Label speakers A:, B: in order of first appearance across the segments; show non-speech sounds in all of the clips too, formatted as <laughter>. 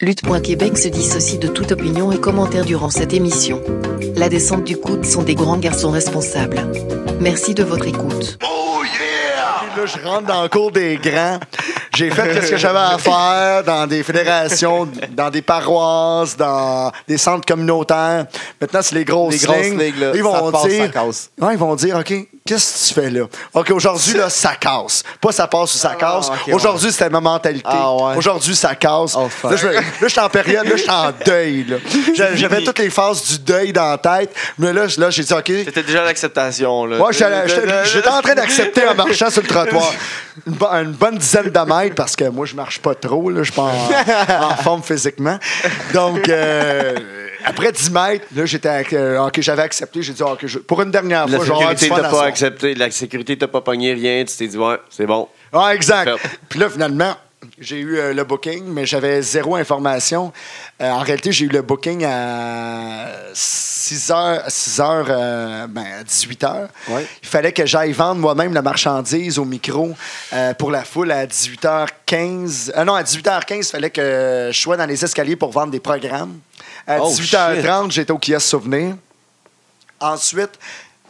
A: Lutte.Québec se dissocie de toute opinion et commentaire durant cette émission. La descente du coude sont des grands garçons responsables. Merci de votre écoute.
B: Là, je rentre dans le cours des grands. J'ai fait ce que j'avais à faire dans des fédérations, dans des paroisses, dans des centres communautaires. Maintenant, c'est les grosses,
C: Les grosses ligues, là.
B: ils
C: Ça
B: vont
C: passe,
B: dire,
C: ça casse.
B: Ouais, ils vont dire, OK, qu'est-ce que tu fais là? OK, aujourd'hui, là, ça casse. Pas ça passe ou ça casse.
C: Ah, ok, ouais.
B: aujourd'hui, c'était ma mentalité.
C: Ah, ouais.
B: Aujourd'hui, ça casse.
C: Oh, fuck.
B: là, je, me- là, je suis en période, là, je suis en deuil.
C: <laughs>
B: là. J'a- J'avais toutes les phases du deuil dans la tête. Mais là, je- là j'ai dit, OK,
C: C'était déjà l'acceptation, là.
B: Ouais, j'étais- j'étais j'étais en train d'accepter en marchant sur le trottoir.
C: <laughs>
B: Une, bo- une bonne dizaine de mètres parce que moi, je marche pas trop. Là, je suis pas en, en forme physiquement. Donc, euh, après 10 mètres, là, j'étais, ac- euh, ok, j'avais accepté. J'ai dit, ok, je- pour une dernière
C: La
B: fois, je vais avoir du
C: sécurité
B: fun
C: t'a
B: à soir.
C: pas accepté, la sécurité t'a pas pogné rien, tu t'es dit, ouais, c'est bon.
B: Ouais, Ah, exact.
C: Fait.
B: Puis là, finalement, j'ai eu euh, le booking, mais j'avais zéro information. Euh, en réalité, j'ai eu le booking à 6 h 6 heures, euh, ben, à 18 h
C: Ouais.
B: Il fallait que j'aille vendre moi-même la marchandise au micro euh, pour la foule à 18h15. Ah non, à 18h15, il fallait que je sois dans les escaliers pour vendre des programmes. À
C: Oh,
B: 18h30, j'étais au kiosque Souvenir. Ensuite,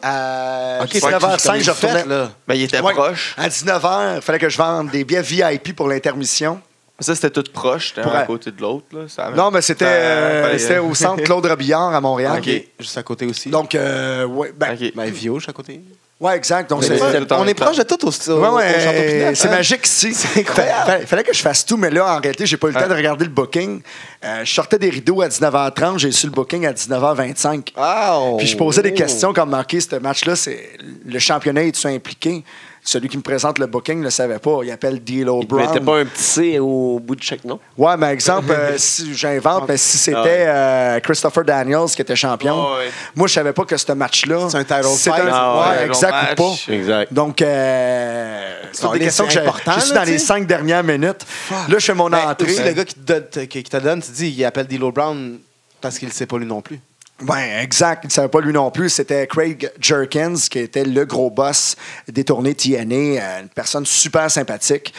B: à
C: Ok,
B: 19h05, je
C: fait,
B: retournais.
C: là. Ben, il était
B: Ouais.
C: proche.
B: À 19h, il fallait que je vende des billets VIP pour l'intermission.
C: Ça, c'était tout proche, c'était
B: Pour-
C: un à côté de l'autre, là. ça-
B: Non, mais c'était
C: Ça-
B: euh,
C: fallait-
B: c'était au centre Claude Robillard à Montréal.
C: Ok.
D: Juste à côté aussi.
B: Donc, euh, ouais, ben,
C: Ok.
D: Ben, Vio, juste à côté.
B: ouais, exact. Donc,
C: Mais
B: c'est-
C: c'est-
B: ouais,
C: tout le temps
D: on est
C: avec
D: proche de tout au style.
B: ouais,
C: hein?
B: c'est magique ici. C'est
D: incroyable.
B: Fallait, fallait que je fasse tout, mais là, en réalité, j'ai pas eu le temps
C: Ouais.
B: de regarder le booking. Euh, je sortais des rideaux à 19h30, j'ai su le booking à 19h25.
C: Ah,
D: Wow.
B: Puis je posais
C: oh.
B: des questions comme OK, ce match-là, c'est le championnat est-tu impliqué? Celui qui me présente le booking ne le savait pas. Il appelle D'Lo
C: Il te
B: Brown.
C: mettait pas un petit C au bout de chaque nom.
B: Ouais, mais exemple,
D: <laughs>
B: euh, si j'invente, mais si c'était
C: Ah ouais.
B: euh, Christopher Daniels qui était champion,
C: Ah ouais.
B: moi, je savais pas que ce match-là.
D: C'est un title fight.
B: un-
C: Ah
B: ouais,
C: ouais, un
B: exact
C: long
B: ou pas.
C: match. Exact.
B: Donc, euh,
D: toutes des questions
B: j'ai-
D: importantes,
B: Je suis
D: là,
B: dans les
D: tu sais.
B: cinq dernières minutes. Là, je fais mon
D: Ben,
B: entrée.
D: aussi, le gars qui te donne, te- qui qui te donne, tu dis, il appelle D'Lo Brown parce qu'il ne sait pas lui non plus.
B: Ben, exact. Il ne savait pas lui non plus. C'était Craig Jerkins, qui était le gros boss des tournées TNA, euh, une personne super sympathique.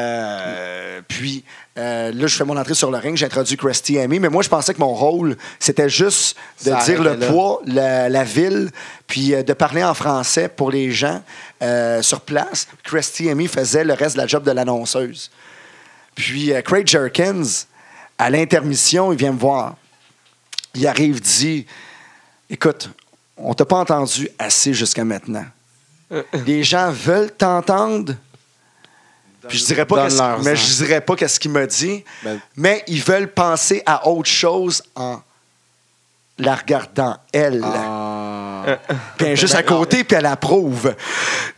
B: Euh, puis, euh, là, je fais mon entrée sur le ring, j'introduis Christy Amy, mais moi, je pensais que mon rôle, c'était juste de
D: Ça
B: dire le
D: arrêtait là.
B: poids, la, la ville, puis euh, de parler en français pour les gens euh, sur place. Christy Amy faisait le reste de la job de l'annonceuse. Puis euh, Craig Jerkins, à l'intermission, il vient me voir. Il arrive, dit Écoute, on t'a pas entendu assez jusqu'à maintenant. Les gens veulent t'entendre. Puis je dirais
D: dans
B: pas qu'est-ce-
D: leur
B: mais
D: sens.
B: je dirais pas qu'est-ce qu'il m'a dit,
D: Ben-
B: mais ils veulent penser à autre chose en la regardant elle.
D: Ah.
B: Puis elle est juste à côté, puis elle approuve.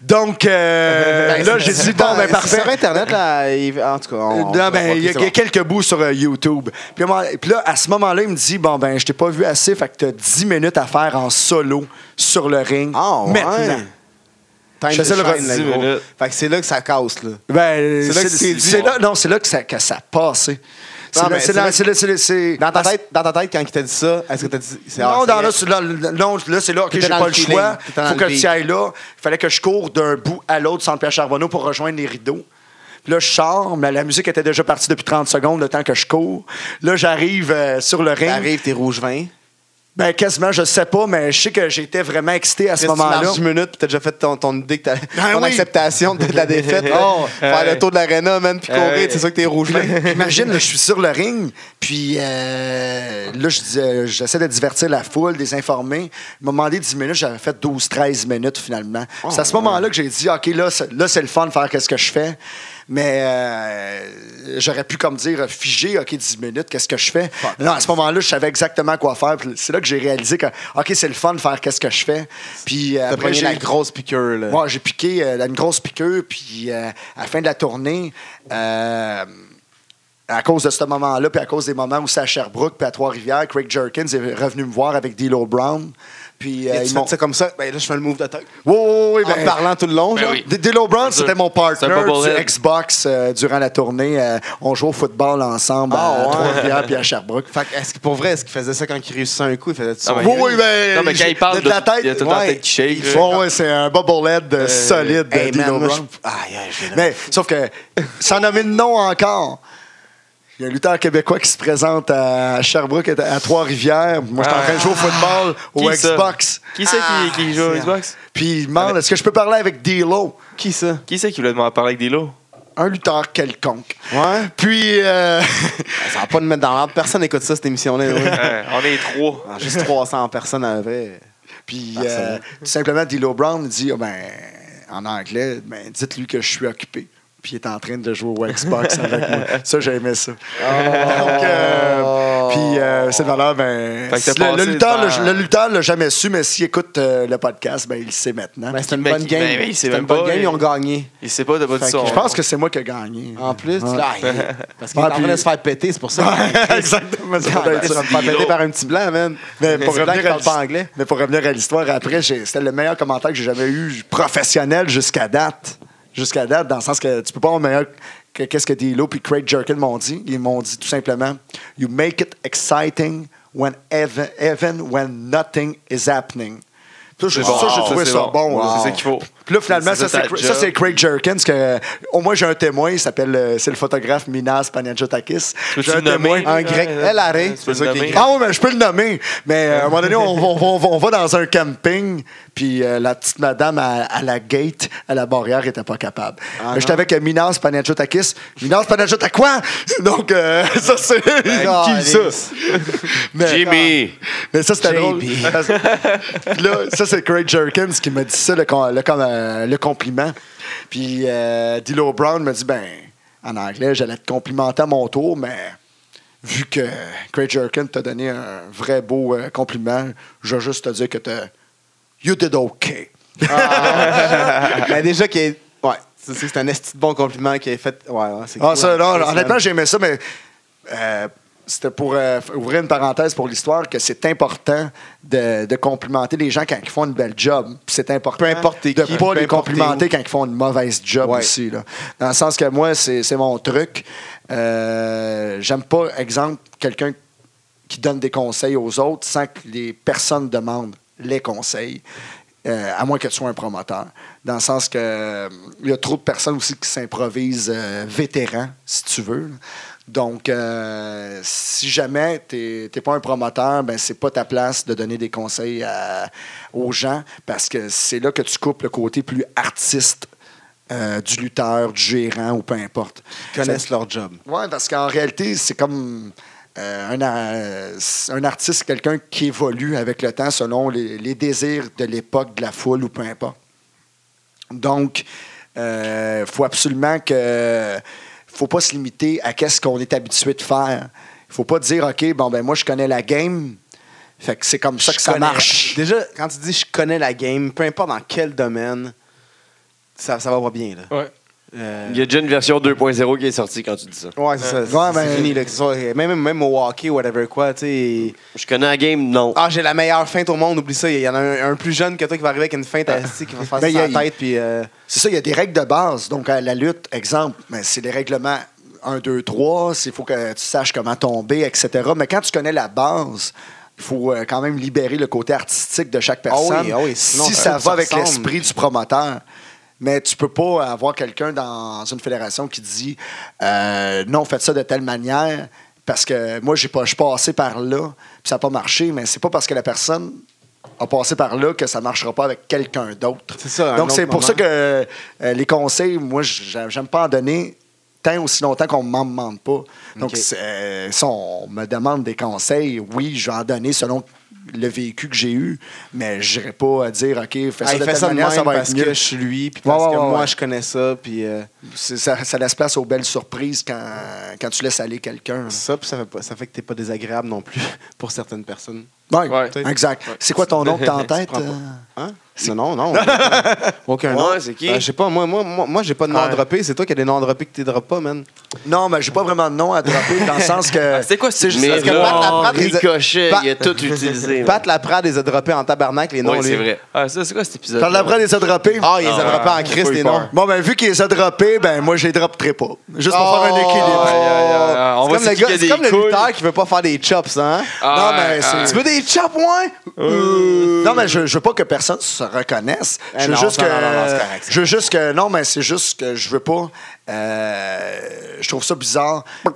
B: Donc euh,
D: <laughs>
B: là, j'ai dit bon, ben parfait.
D: Sur Internet, là, il- en tout cas. on-
B: Non, ben,
D: ok,
B: il y a
D: c'est bon.
B: quelques bouts sur euh, YouTube. Puis, à un moment- puis là, à ce moment-là, il me dit Bon, ben, je t'ai pas vu assez, fait que t'as 10 minutes à faire en solo sur le ring.
D: Ah, ouais.
B: Maintenant.
D: Time
B: Je
D: to
B: sais le
D: shine, là,
C: dix
D: gros.
C: minutes.
D: Fait que c'est là que ça casse, là.
B: Ben,
D: C'est là que
B: c'est
D: tu t'es
B: c'est
D: dit.
B: là, non, c'est là que ça, que ça passe. hein. C'est
D: Non,
B: là-
D: mais
B: c'est
D: c'est
B: là-
D: là-
B: c'est là- c'est là- c'est-
D: Dans ta
B: parce-
D: tête, dans ta tête quand il t'a dit ça, est-ce que t'as dit. c'est- ah,
B: Non,
D: c'est
B: dans
D: vrai?
B: là, c'est là, non, là, c'est là, ok,
D: T'étais
B: j'ai
D: dans
B: pas
D: le
B: le
D: feeling,
B: choix.
D: t'étais dans
B: Faut
D: le
B: que tu
D: beat.
B: ailles là. Il fallait que je cours d'un bout à l'autre sans le Pierre Charbonneau pour rejoindre les rideaux. Puis là, je sors, mais la musique était déjà partie depuis 30 secondes, le temps que je cours. Là, j'arrive euh, sur le ring.
D: T'arrives, t'es rouge vin.
B: Ben, quasiment, je sais pas, mais je sais que j'étais vraiment excité à ce
D: Reste-tu
B: moment-là.
D: large minute, puis t'as déjà fait ton, ton idée que t'as-
B: Ah
D: ton
B: oui.
D: acceptation de la défaite. Oh, Ah faire le tour de l'arena, man, puis courir,
C: ouais.
D: c'est sûr que t'es rouge <laughs>
B: Puis là,
D: vin.
B: <laughs> Imagine, là, je suis sur le ring, puis euh, là, je dis, euh, j'essaie de divertir la foule, des informer. Ils m'ont demandé 10 minutes, j'avais fait 12-13 minutes finalement.
D: Oh,
B: c'est à ce moment-là que j'ai dit, OK, là, c'est, là, c'est le fun de faire qu'est-ce que je fais. Mais euh, j'aurais pu comme dire figer, OK, 10 minutes, qu'est-ce que je fais? Non, à ce moment-là, je savais exactement quoi faire. Puis c'est là que j'ai réalisé que, OK, c'est le fun de faire qu'est-ce que je fais. Puis euh,
D: T'as
B: après,
D: pris la
B: j'ai-
D: grosse piqûre, là.
B: Ouais, j'ai piqué euh, une grosse piqûre, puis euh, à la fin de la tournée, euh, à cause de ce moment-là, puis à cause des moments où c'est à Sherbrooke, puis à Trois-Rivières, Craig Jerkins est revenu me voir avec D'Lo Brown. Puis euh,
D: Et tu
B: ils
D: fais
B: m'ont.
D: ça comme ça, ben là, je fais le move de tête.
B: Ouais, ouais, ouais,
D: En
B: ben,
D: parlant tout le long,
C: Ben
D: genre.
C: oui.
B: D- D'Lo Brown,
C: C'est sûr.
B: c'était mon
C: C'est
B: partner
C: un bubblehead.
B: du Xbox euh, durant la tournée. Euh, on jouait au football ensemble
D: Ah,
B: à
D: ouais.
B: Trois-Rivières puis à Sherbrooke.
D: Fait que, est-ce que pour vrai, est-ce qu'il faisait ça quand il réussissait un coup, il faisait ça?
C: Ah, ben,
B: Oui, oui, ben,
C: Non, mais quand
B: j'ai-
C: il parle,
B: de la
C: tout-
B: tête,
C: il y a tout le temps la
D: ouais,
C: tête qui shake.
D: il
C: là.
B: Ouais, ouais, c'est un bobblehead euh, solide de
D: Hey, man,
B: D'Lo
D: moi,
B: Brown.
D: je- Aïe, aïe, je viens de-
B: Mais sauf que sans nommer de nom encore, Il y a un lutteur québécois qui se présente à Sherbrooke, à Trois-Rivières. Moi, je suis en train de jouer au football, au
C: Qui ça?
B: Xbox.
E: Ah.
B: Ah.
E: Qui c'est qui, qui joue au
D: c'est-
E: Xbox?
B: Puis il demande est-ce que je peux parler avec D-Lo
D: Qui ça?
E: Qui c'est qui voulait demander à parler avec des lots?
B: Un lutteur quelconque.
D: Ouais.
B: Puis, euh,
D: Ça va pas nous mettre dans l'ordre. Personne écoute ça, cette émission-là. oui. <laughs>
E: Ouais, on est trois.
D: Ah, Juste 300 personnes à vrai.
B: puis
D: Personne.
B: euh, tout simplement, D-Lo Brown dit Ah ben, en anglais, ben, dites-lui que je suis occupé. Puis il est en train de jouer
D: <laughs>
B: au Xbox avec moi. Ça, j'aimais ça.
D: Ah.
B: Donc, euh, puis euh, cette valeur, ben,
E: Fait que t'as
B: le- le,
E: passé
B: lutteur,
E: devant- euh,
B: le, le lutteur l'a jamais su, mais s'il écoute euh, le podcast, ben, il le sait maintenant.
D: Ben, c'était une
E: Mais
D: bonne
E: qui-
D: game.
E: mais oui, c'est
D: C'était
E: même
D: une bonne
E: pas-
D: game, ils ont gagné.
E: Il sait pas, t'as pas dit
D: Fait
E: son
D: que
B: je
E: nom.
B: pense que c'est moi qui ai gagné.
D: En plus, tu-
B: Ouais.
D: <laughs> ah, il- parce qu'il
B: Ouais,
D: est en train
B: puis-
D: de se faire péter, c'est pour ça.
B: <laughs> Exactement. ça
D: Ah,
B: doit
D: ben,
B: être
D: Tu
B: ça.
D: vas me faire
E: Dis-le.
D: péter par un petit blanc, man. C'est
B: Mais pour,
D: blanc qui
B: revenir à
D: parle pas
B: l'his-
D: anglais.
B: mais pour revenir à l'histoire, après, j'ai- c'était le meilleur commentaire que j'ai jamais eu professionnel jusqu'à date. Jusqu'à date, dans le sens que tu peux pas avoir meilleur que qu'est-ce que D'Lo puis Craig Jerkin m'ont dit. Ils m'ont dit tout simplement « You make it exciting when even, even when nothing is happening ». Ça, je-
E: C'est bon.
B: ça, j'ai
E: Wow.
B: trouvé
E: Ça,
B: ça,
E: c'est
B: bon.
E: bon.
B: là.
E: C'est ce qu'il faut.
B: Puis là, finalement,
E: C'est
B: ça,
E: ça,
B: c'est
E: ta
B: ça, c'est
E: job.
B: Craig Jerkins. Que, au moins, j'ai un témoin. Il s'appelle... euh, C'est le photographe Minas Panagiotakis.
E: Peux-tu
B: J'ai un
E: le nommer? euh,
B: témoin.
D: Un grec. Elle arrête.
E: Tu peux le
D: C'est ça qui
E: nommer?
D: est
B: <laughs> Ah oui, mais je peux le nommer. Mais euh, à un moment donné, on, on- on- on va dans un camping, puis euh, la petite madame à, à la gate, à la barrière, était pas capable. Euh, J'étais avec euh, Minas Panagiotakis. Minas Panagiotakis! <laughs> Donc, euh, <laughs> ça, c'est... <laughs>
D: Qui, ça?
B: Mais- ah,
C: Jimmy!
B: mais ça, c'était
D: JB.
B: drôle. <laughs> Parce- Puis là, ça, c'est Craig Jerkins qui m'a dit ça, le, com- le com- euh, le compliment. Puis euh, D'Lo Brown m'a dit, ben, en anglais, j'allais te complimenter à mon tour, mais vu que Craig Jerkins t'a donné un vrai beau euh, compliment, je vais juste te dire que t'as... You did okay.
D: <laughs> Mais déjà, qu'il est- ouais, c'est c'est un esti de bon compliment qu'il a fait. Ouais, ouais, c'est
B: Ah,
D: cool.
B: ça, non,
D: Ouais,
B: honnêtement,
D: c'est-
B: j'aimais ça, mais euh, c'était pour euh, f- ouvrir une parenthèse pour l'histoire que c'est important de, de complimenter les gens quand ils font une belle job. Puis C'est important
D: Peu importe
B: de
D: t'es qui,
B: pas
D: peu
B: les
D: importe t'es
B: complimenter
D: où.
B: quand ils font une mauvaise job
D: Ouais.
B: aussi. là. Dans le sens que moi, c'est c'est mon truc. Euh, J'aime pas, exemple, quelqu'un qui donne des conseils aux autres sans que les personnes demandent les conseils, euh, à moins que tu sois un promoteur. Dans le sens que euh, il y a trop de personnes aussi qui s'improvisent euh, vétérans, si tu veux. là. Donc, euh, si jamais tu n'es pas un promoteur, ben c'est pas ta place de donner des conseils à- aux gens parce que c'est là que tu coupes le côté plus artiste euh, du lutteur, du gérant ou peu importe.
D: Ils connaissent leur job.
B: Oui, parce qu'en réalité, c'est comme euh, un, euh, un artiste, quelqu'un qui évolue avec le temps selon les, les désirs de l'époque, de la foule ou peu importe. Donc, il faut absolument que. faut pas se limiter à qu'est-ce qu'on est habitué de faire. Il faut pas dire, OK, bon, ben moi, je connais la game. Fait que c'est comme ça que
D: Je
B: ça
D: connais-
B: marche.
D: Déjà, quand tu dis je connais la game, peu importe dans quel domaine, ça, ça va pas bien. Là.
E: Ouais.
D: Euh,
C: Il y a déjà une version 2.0 qui est sortie quand tu dis ça.
D: Ouais, c'est ça. c'est
B: ben-
D: fini. Là, que ce soit- même, même au hockey, whatever quoi, tu sais.
C: Je connais la game, non.
D: Ah, j'ai la meilleure feinte au monde, oublie ça. Il y en a un, un plus jeune que toi qui va arriver avec une feinte à esti qui va se faire
B: <laughs> Ben,
D: sur
B: il y
D: la
B: a-
D: tête. Puis, euh,
B: C'est ça, il y a des règles de base. Donc, à la lutte, exemple, ben, c'est les règlements 1, 2, 3. Il faut que tu saches comment tomber, etc. Mais quand tu connais la base, il faut euh, quand même libérer le côté artistique de chaque
D: Ah oui,
B: personne.
D: ah oui, sinon,
B: si
D: ça faut que
B: ça va
D: ça
B: avec
D: ressemble.
B: l'esprit du promoteur. Mais tu peux pas avoir quelqu'un dans une fédération qui dit euh, non, faites ça de telle manière parce que moi, j'ai pas, je suis passé par là, puis ça n'a pas marché, mais c'est pas parce que la personne a passé par là que ça marchera pas avec quelqu'un d'autre.
D: C'est ça, un
B: Donc,
D: autre
B: c'est pour
D: moment.
B: ça que euh, euh, les conseils, moi, j'a- j'aime pas en donner tant aussi longtemps qu'on m'en demande pas. Donc,
D: Ok.
B: c'est, euh, si on me demande des conseils, oui, je vais en donner selon le vécu que j'ai eu, mais je n'irai pas à dire, OK, fais ça
D: ah, il
B: de
D: fait
B: telle
D: ça de
B: manière,
D: même
B: ça va
D: parce
B: être mieux.
D: que je suis lui, puis
B: Ouais,
D: parce
B: ouais,
D: que
B: ouais,
D: moi
B: ouais.
D: je connais ça, puis euh,
B: C'est- Ça, ça laisse place aux belles surprises quand, quand tu laisses aller quelqu'un.
D: ça, puis ça fait, pas- ça fait que t'es pas désagréable non plus <laughs> pour certaines personnes.
B: Ouais,
E: Ouais.
B: exact. C'est quoi ton nom que t'as <laughs> en tête?
D: prends pas.
B: euh?
D: Hein? Non, non, non. aucun- Aucun nom.
C: <laughs> Ouais, c'est qui?
D: Euh, je sais pas, moi, moi, moi, moi, j'ai pas de nom à
E: Ouais.
D: dropper. C'est toi qui as des noms à dropper que t'es droppes pas, man.
B: Non, mais j'ai pas vraiment de nom à dropper <laughs> dans le sens que...
E: Ah, C'est quoi ce
C: Mais
D: parce que
C: là,
D: Pat Laprade, les a-
C: Ricochet,
D: Pat-
C: il a tout utilisé.
D: Pat Laprade les a droppés en tabarnak, les noms.
C: Oui,
D: lui.
C: c'est vrai.
E: Ah, ça, c'est quoi cet épisode?
B: T'en apprends les a droppés?
D: Ah, il les
E: Ah,
D: a droppés en
E: ouais.
D: Christ,
E: Faut y
D: les
E: faire.
D: noms.
B: Bon, ben, vu qu'il les a droppés, ben, moi, je les dropperai pas. Juste pour faire un équilibre.
E: Aïe, aïe, aïe, aïe. Euh, On
D: C'est
E: voit
D: comme
E: c'est
D: le
E: qui
D: gars,
E: qui a
D: c'est
E: des
D: comme le
E: couilles.
D: lutteur qui veut pas faire des chops, hein?
E: Ah,
B: Non, mais
E: ah,
B: c'est-
D: Tu veux des chops, ouais?
B: Non, mais je, je veux pas que personne se se reconnaissent.
D: Euh. Eh
B: Je veux
D: non,
B: juste que.
D: non, non, non, c'est correct, ça.
B: je veux juste que. Non, mais c'est juste que je veux pas. euh, je trouve ça bizarre. Non,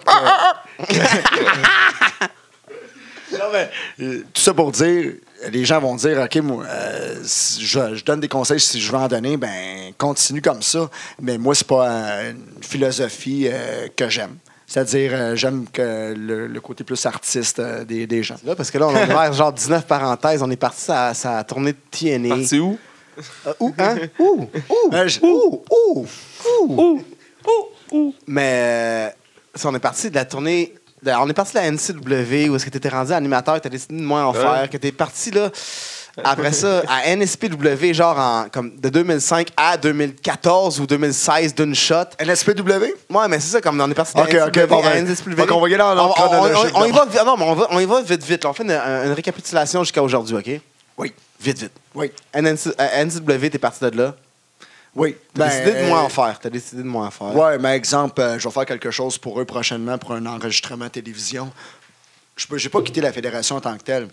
B: mais, euh, tout ça pour dire, les gens vont dire, OK, moi, euh, si je, je donne des conseils si je veux en donner, ben continue comme ça. Mais moi, c'est pas euh, une philosophie euh, que j'aime. C'est-à-dire, euh, j'aime que le, le côté plus artiste euh, des, des gens.
D: Là, parce que là, on
C: <laughs>
D: a ouvert genre 19 parenthèses. On est parti ça sa tournée de TNA.
E: Parti où?
D: Euh, ouh, hein? Ouh, ouh,
B: <laughs> Euh, je-
D: ouh, ouh, ouh, Mais euh, si on est parti de la tournée. de- on est parti de la NCW où est-ce que tu étais rendu animateur, tu as décidé de moins en faire, que tu es parti là. Après ça, à NSPW, genre en, comme de 2005 à 2014 ou 2016 d'une shot.
B: NSPW?
D: Ouais, mais c'est ça, comme on est parti de la
B: Ok,
D: NSPW
B: ok, bon,
D: à
B: ben,
D: NSPW.
B: fait qu'on va y aller en ordre
D: On- on- on-
B: chronologique,
D: on y va
B: d'abord.
D: vi- non, mais on va, on y va vite, vite. là. On fait une, une récapitulation jusqu'à aujourd'hui, OK?
B: Oui.
D: Vite, vite.
B: Oui.
D: NNC euh, NCW, t'es parti de là.
B: Oui.
D: T'as
B: Ben,
D: décidé de
B: euh,
D: moins en faire. T'as décidé de moins en faire.
B: Ouais, mais exemple, euh, je vais faire quelque chose pour eux prochainement pour un enregistrement télévision. Je n'ai pas quitté la fédération en tant que telle.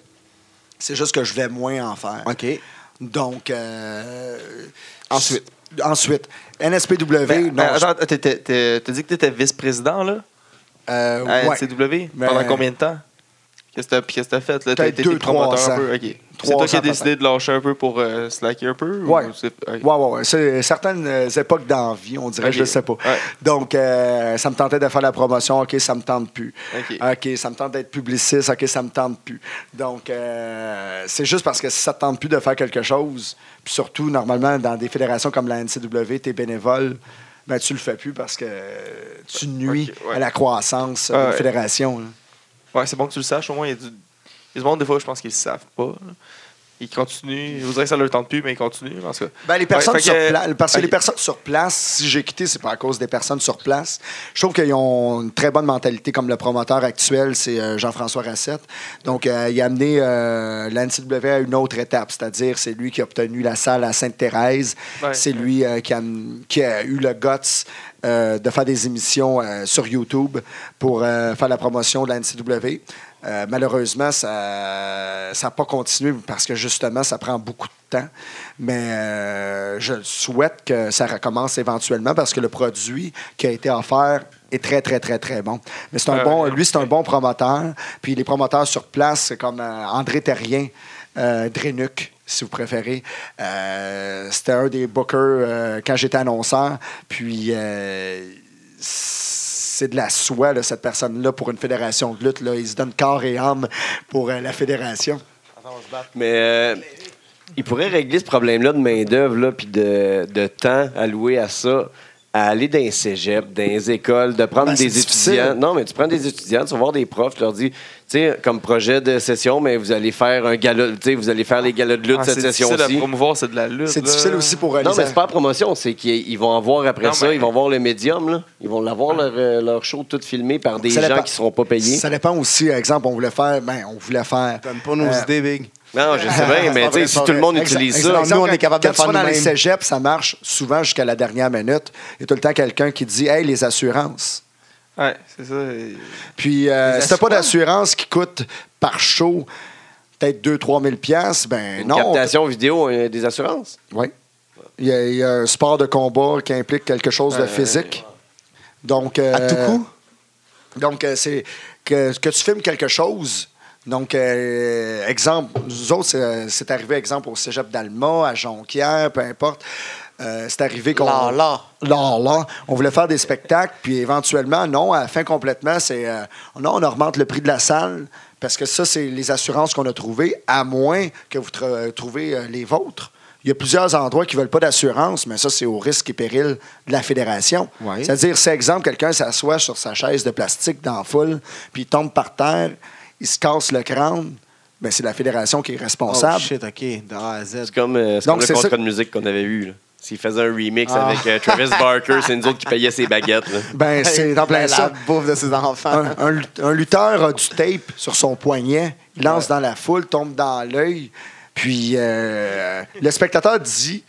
B: C'est juste que je vais moins en faire.
D: OK.
B: Donc. euh,
D: Ensuite.
B: Ensuite. NSPW,
E: Ben,
B: non.
E: euh, attends, t'es- t'es- t'es- t'as dit que t'étais vice-président, là,
B: euh,
E: à
B: ouais.
E: NCW?
B: Mais-
E: Pendant combien de temps? Qu'est-ce que t'as- qu'est-ce que t'as fait, là? T'as
B: Peut-être
E: été
B: deux, trois
E: promoteur
B: ans.
E: un peu? OK. C'est
B: Trois
E: toi qui
B: ans,
E: as décidé de lâcher un peu pour euh, slacker un peu?
B: Ouais.
E: Ou c'est- OK.
B: Ouais, ouais, ouais. C'est certaines euh, époques d'envie, on dirait,
E: Ok.
B: je ne sais pas.
E: Ouais.
B: Donc, euh, ça me tentait de faire la promotion. OK, ça me tente plus.
E: Ok.
B: OK, ça me tente d'être publiciste. OK, ça me tente plus. Donc, euh, c'est juste parce que si ça te tente plus de faire quelque chose, puis surtout, normalement, dans des fédérations comme la NCW, tu es bénévole, ben, tu le fais plus parce que tu nuis
E: Ok, ouais.
B: à la croissance de
E: Ah,
B: la
E: ouais.
B: fédération. là.
E: Ouais, c'est bon que tu le saches. Au moins, il y a du, il y a du monde, des fois, je pense qu'ils ne savent pas. là. Ils continuent. Je vous dirais que ça leur tente plus, mais ils continuent. En tout cas.
B: Ben, les personnes
E: Ouais, fait
B: sur
E: que-
B: place. Parce que
E: Ok.
B: les personnes sur place, si j'ai quitté, c'est pas à cause des personnes sur place. Je trouve qu'ils ont une très bonne mentalité, comme le promoteur actuel, c'est euh, Jean-François Racette. Donc, euh, il a amené euh, la NCW à une autre étape, c'est-à-dire c'est lui qui a obtenu la salle à Sainte-Thérèse.
E: Ouais.
B: C'est lui euh, qui, a, qui a eu le guts euh, de faire des émissions euh, sur YouTube pour euh, faire la promotion de la NCW. Euh, malheureusement, ça n'a pas continué parce que justement, ça prend beaucoup de temps. Mais euh, je souhaite que ça recommence éventuellement parce que le produit qui a été offert est très, très, très, très bon. Mais c'est un
E: Ah,
B: bon,
E: ouais.
B: lui, c'est un bon promoteur. Puis les promoteurs sur place, c'est comme euh, André Terrien, euh, Drenuc, si vous préférez. Euh, c'était un des bookers euh, quand j'étais annonceur. Puis euh, c'est de la soie, là, cette personne-là, pour une fédération de lutte. Là. Il se donne corps et âme pour euh, la fédération.
C: Mais euh, il pourrait régler ce problème-là de main-d'œuvre, là, puis de, de temps alloué à ça, à aller dans les cégeps, dans les écoles, de prendre
B: Ben, c'est
C: des
B: difficile.
C: étudiants. Non, mais tu prends des étudiants, tu vas voir des profs, tu leur dis, tu sais, comme projet de session, mais vous allez faire un gala, tu sais, vous allez faire les galas de lutte
E: Ah,
C: cette
E: c'est difficile à
C: session-ci.
E: promouvoir, c'est de la lutte.
B: C'est
E: là.
B: difficile aussi pour euh,
C: Non,
B: les-
C: mais c'est pas la promotion, c'est qu'ils ils vont en voir après
E: Non,
C: ça,
E: mais-
C: ils vont voir le médium, là. Ils vont l'avoir leur, euh, leur show tout filmé par des
B: Ça
C: gens
B: dépend-
C: qui seront pas payés.
B: Ça dépend aussi, exemple, on voulait faire, ben, on voulait faire.
D: Donne pas nos
B: Euh,
D: idées, Big.
C: Non, je sais
D: <laughs>
C: bien, mais tu sais, si tout le monde
B: Exa-
C: utilise
B: exemple,
C: ça,
D: nous, on est capable de
B: quand tu
D: faire
B: vas dans les
D: nous-mêmes.
B: cégeps, ça marche souvent jusqu'à la dernière minute. Il y a tout le temps quelqu'un qui dit Hey, les assurances.
E: Ouais, c'est ça. Et-
B: Puis, euh,
D: Les
B: si t'as pas
D: assurances?
B: d'assurance qui coûte par show peut-être 2-3 000 piastres, ben
C: une
B: non.
C: captation vidéo euh, des assurances.
B: Oui. Il y, a, il y a un sport de combat qui implique quelque chose de physique. Donc, euh,
D: À tout coup?
B: Donc, euh, c'est que, que tu filmes quelque chose. Donc, euh, exemple, nous autres, c'est, euh, c'est arrivé, exemple, au cégep d'Alma, à Jonquière, peu importe. Euh, c'est arrivé qu'on.
D: Là, là.
B: Là, là. On voulait faire des spectacles, puis éventuellement, non, à la fin complètement, c'est. euh, non, on augmente le prix de la salle, parce que ça, c'est les assurances qu'on a trouvées, à moins que vous tr- trouviez euh, les vôtres. Il y a plusieurs endroits qui ne veulent pas d'assurance, mais ça, c'est au risque et péril de la fédération.
D: Ouais.
B: C'est-à-dire, c'est exemple, quelqu'un s'assoit sur sa chaise de plastique dans la foule, puis il tombe par terre, il se casse le crâne, ben, c'est la fédération qui est
D: Oh,
B: responsable.
D: shit, OK. De A à Z.
C: C'est comme, euh, c'est
B: Donc,
C: comme le
B: c'est
C: contrat
B: ça-
C: de musique qu'on avait eu. là. S'il faisait un remix
D: Ah.
C: avec
D: <laughs>
C: euh, Travis Barker, c'est nous autres qui payaient ses baguettes. là.
B: ben, c'est en plein
D: la
B: ça.
D: bouffe de ses enfants.
B: un, un lut- un lutteur a du tape sur son poignet, il lance dans la foule, tombe dans l'œil, puis euh, le spectateur dit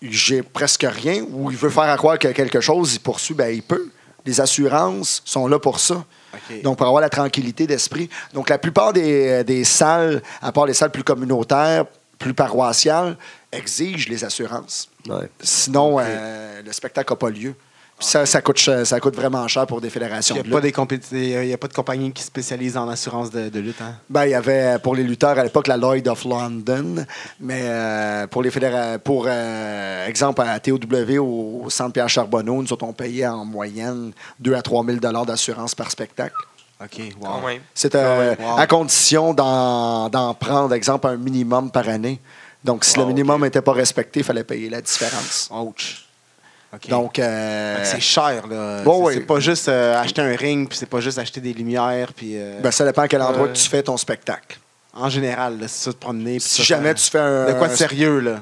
B: j'ai presque rien ou il veut faire à croire qu'il y a quelque chose, il poursuit, ben il peut. Les assurances sont là pour ça.
D: OK.
B: Donc, pour avoir la tranquillité d'esprit. euh, Donc, la plupart des, des salles, à part les salles plus communautaires, plus paroissiales, exige les assurances.
C: Ouais.
B: Sinon, euh, le spectacle n'a pas lieu. Puis ça, ça coûte, ch- ça coûte vraiment cher pour des fédérations.
D: Il n'y a,
B: de
D: pas
B: lutte.
D: des compéti- il y a pas de compagnie qui spécialise en assurance de, de lutte. Hein?
B: Ben, il y avait euh, pour les lutteurs à l'époque la Lloyd of London, mais euh, pour les fédéra- pour euh, exemple à TOW au, au centre Pierre Charbonneau, nous autres, on payait en moyenne 2 à 3 000 dollars d'assurance par spectacle.
D: OK, wow.
E: Quand même.
B: C'est euh,
D: Ah ouais, wow.
B: à condition d'en d'en prendre, exemple, un minimum par année. Donc, si le
E: Ah,
B: minimum n'était pas respecté, il fallait payer la différence.
D: Ouch. OK.
B: Donc, euh,
D: Fait que c'est cher, là.
B: Bon,
D: C'est-
B: oui.
D: C'est pas juste euh, acheter un ring, puis c'est pas juste acheter des lumières, puis euh,
B: ben, ça dépend à quel endroit
E: Euh,
B: que tu fais ton spectacle.
D: en général, là, c'est ça de promener. puis ça,
B: Si jamais
D: ça-
B: tu fais un,
D: De quoi de sérieux, là?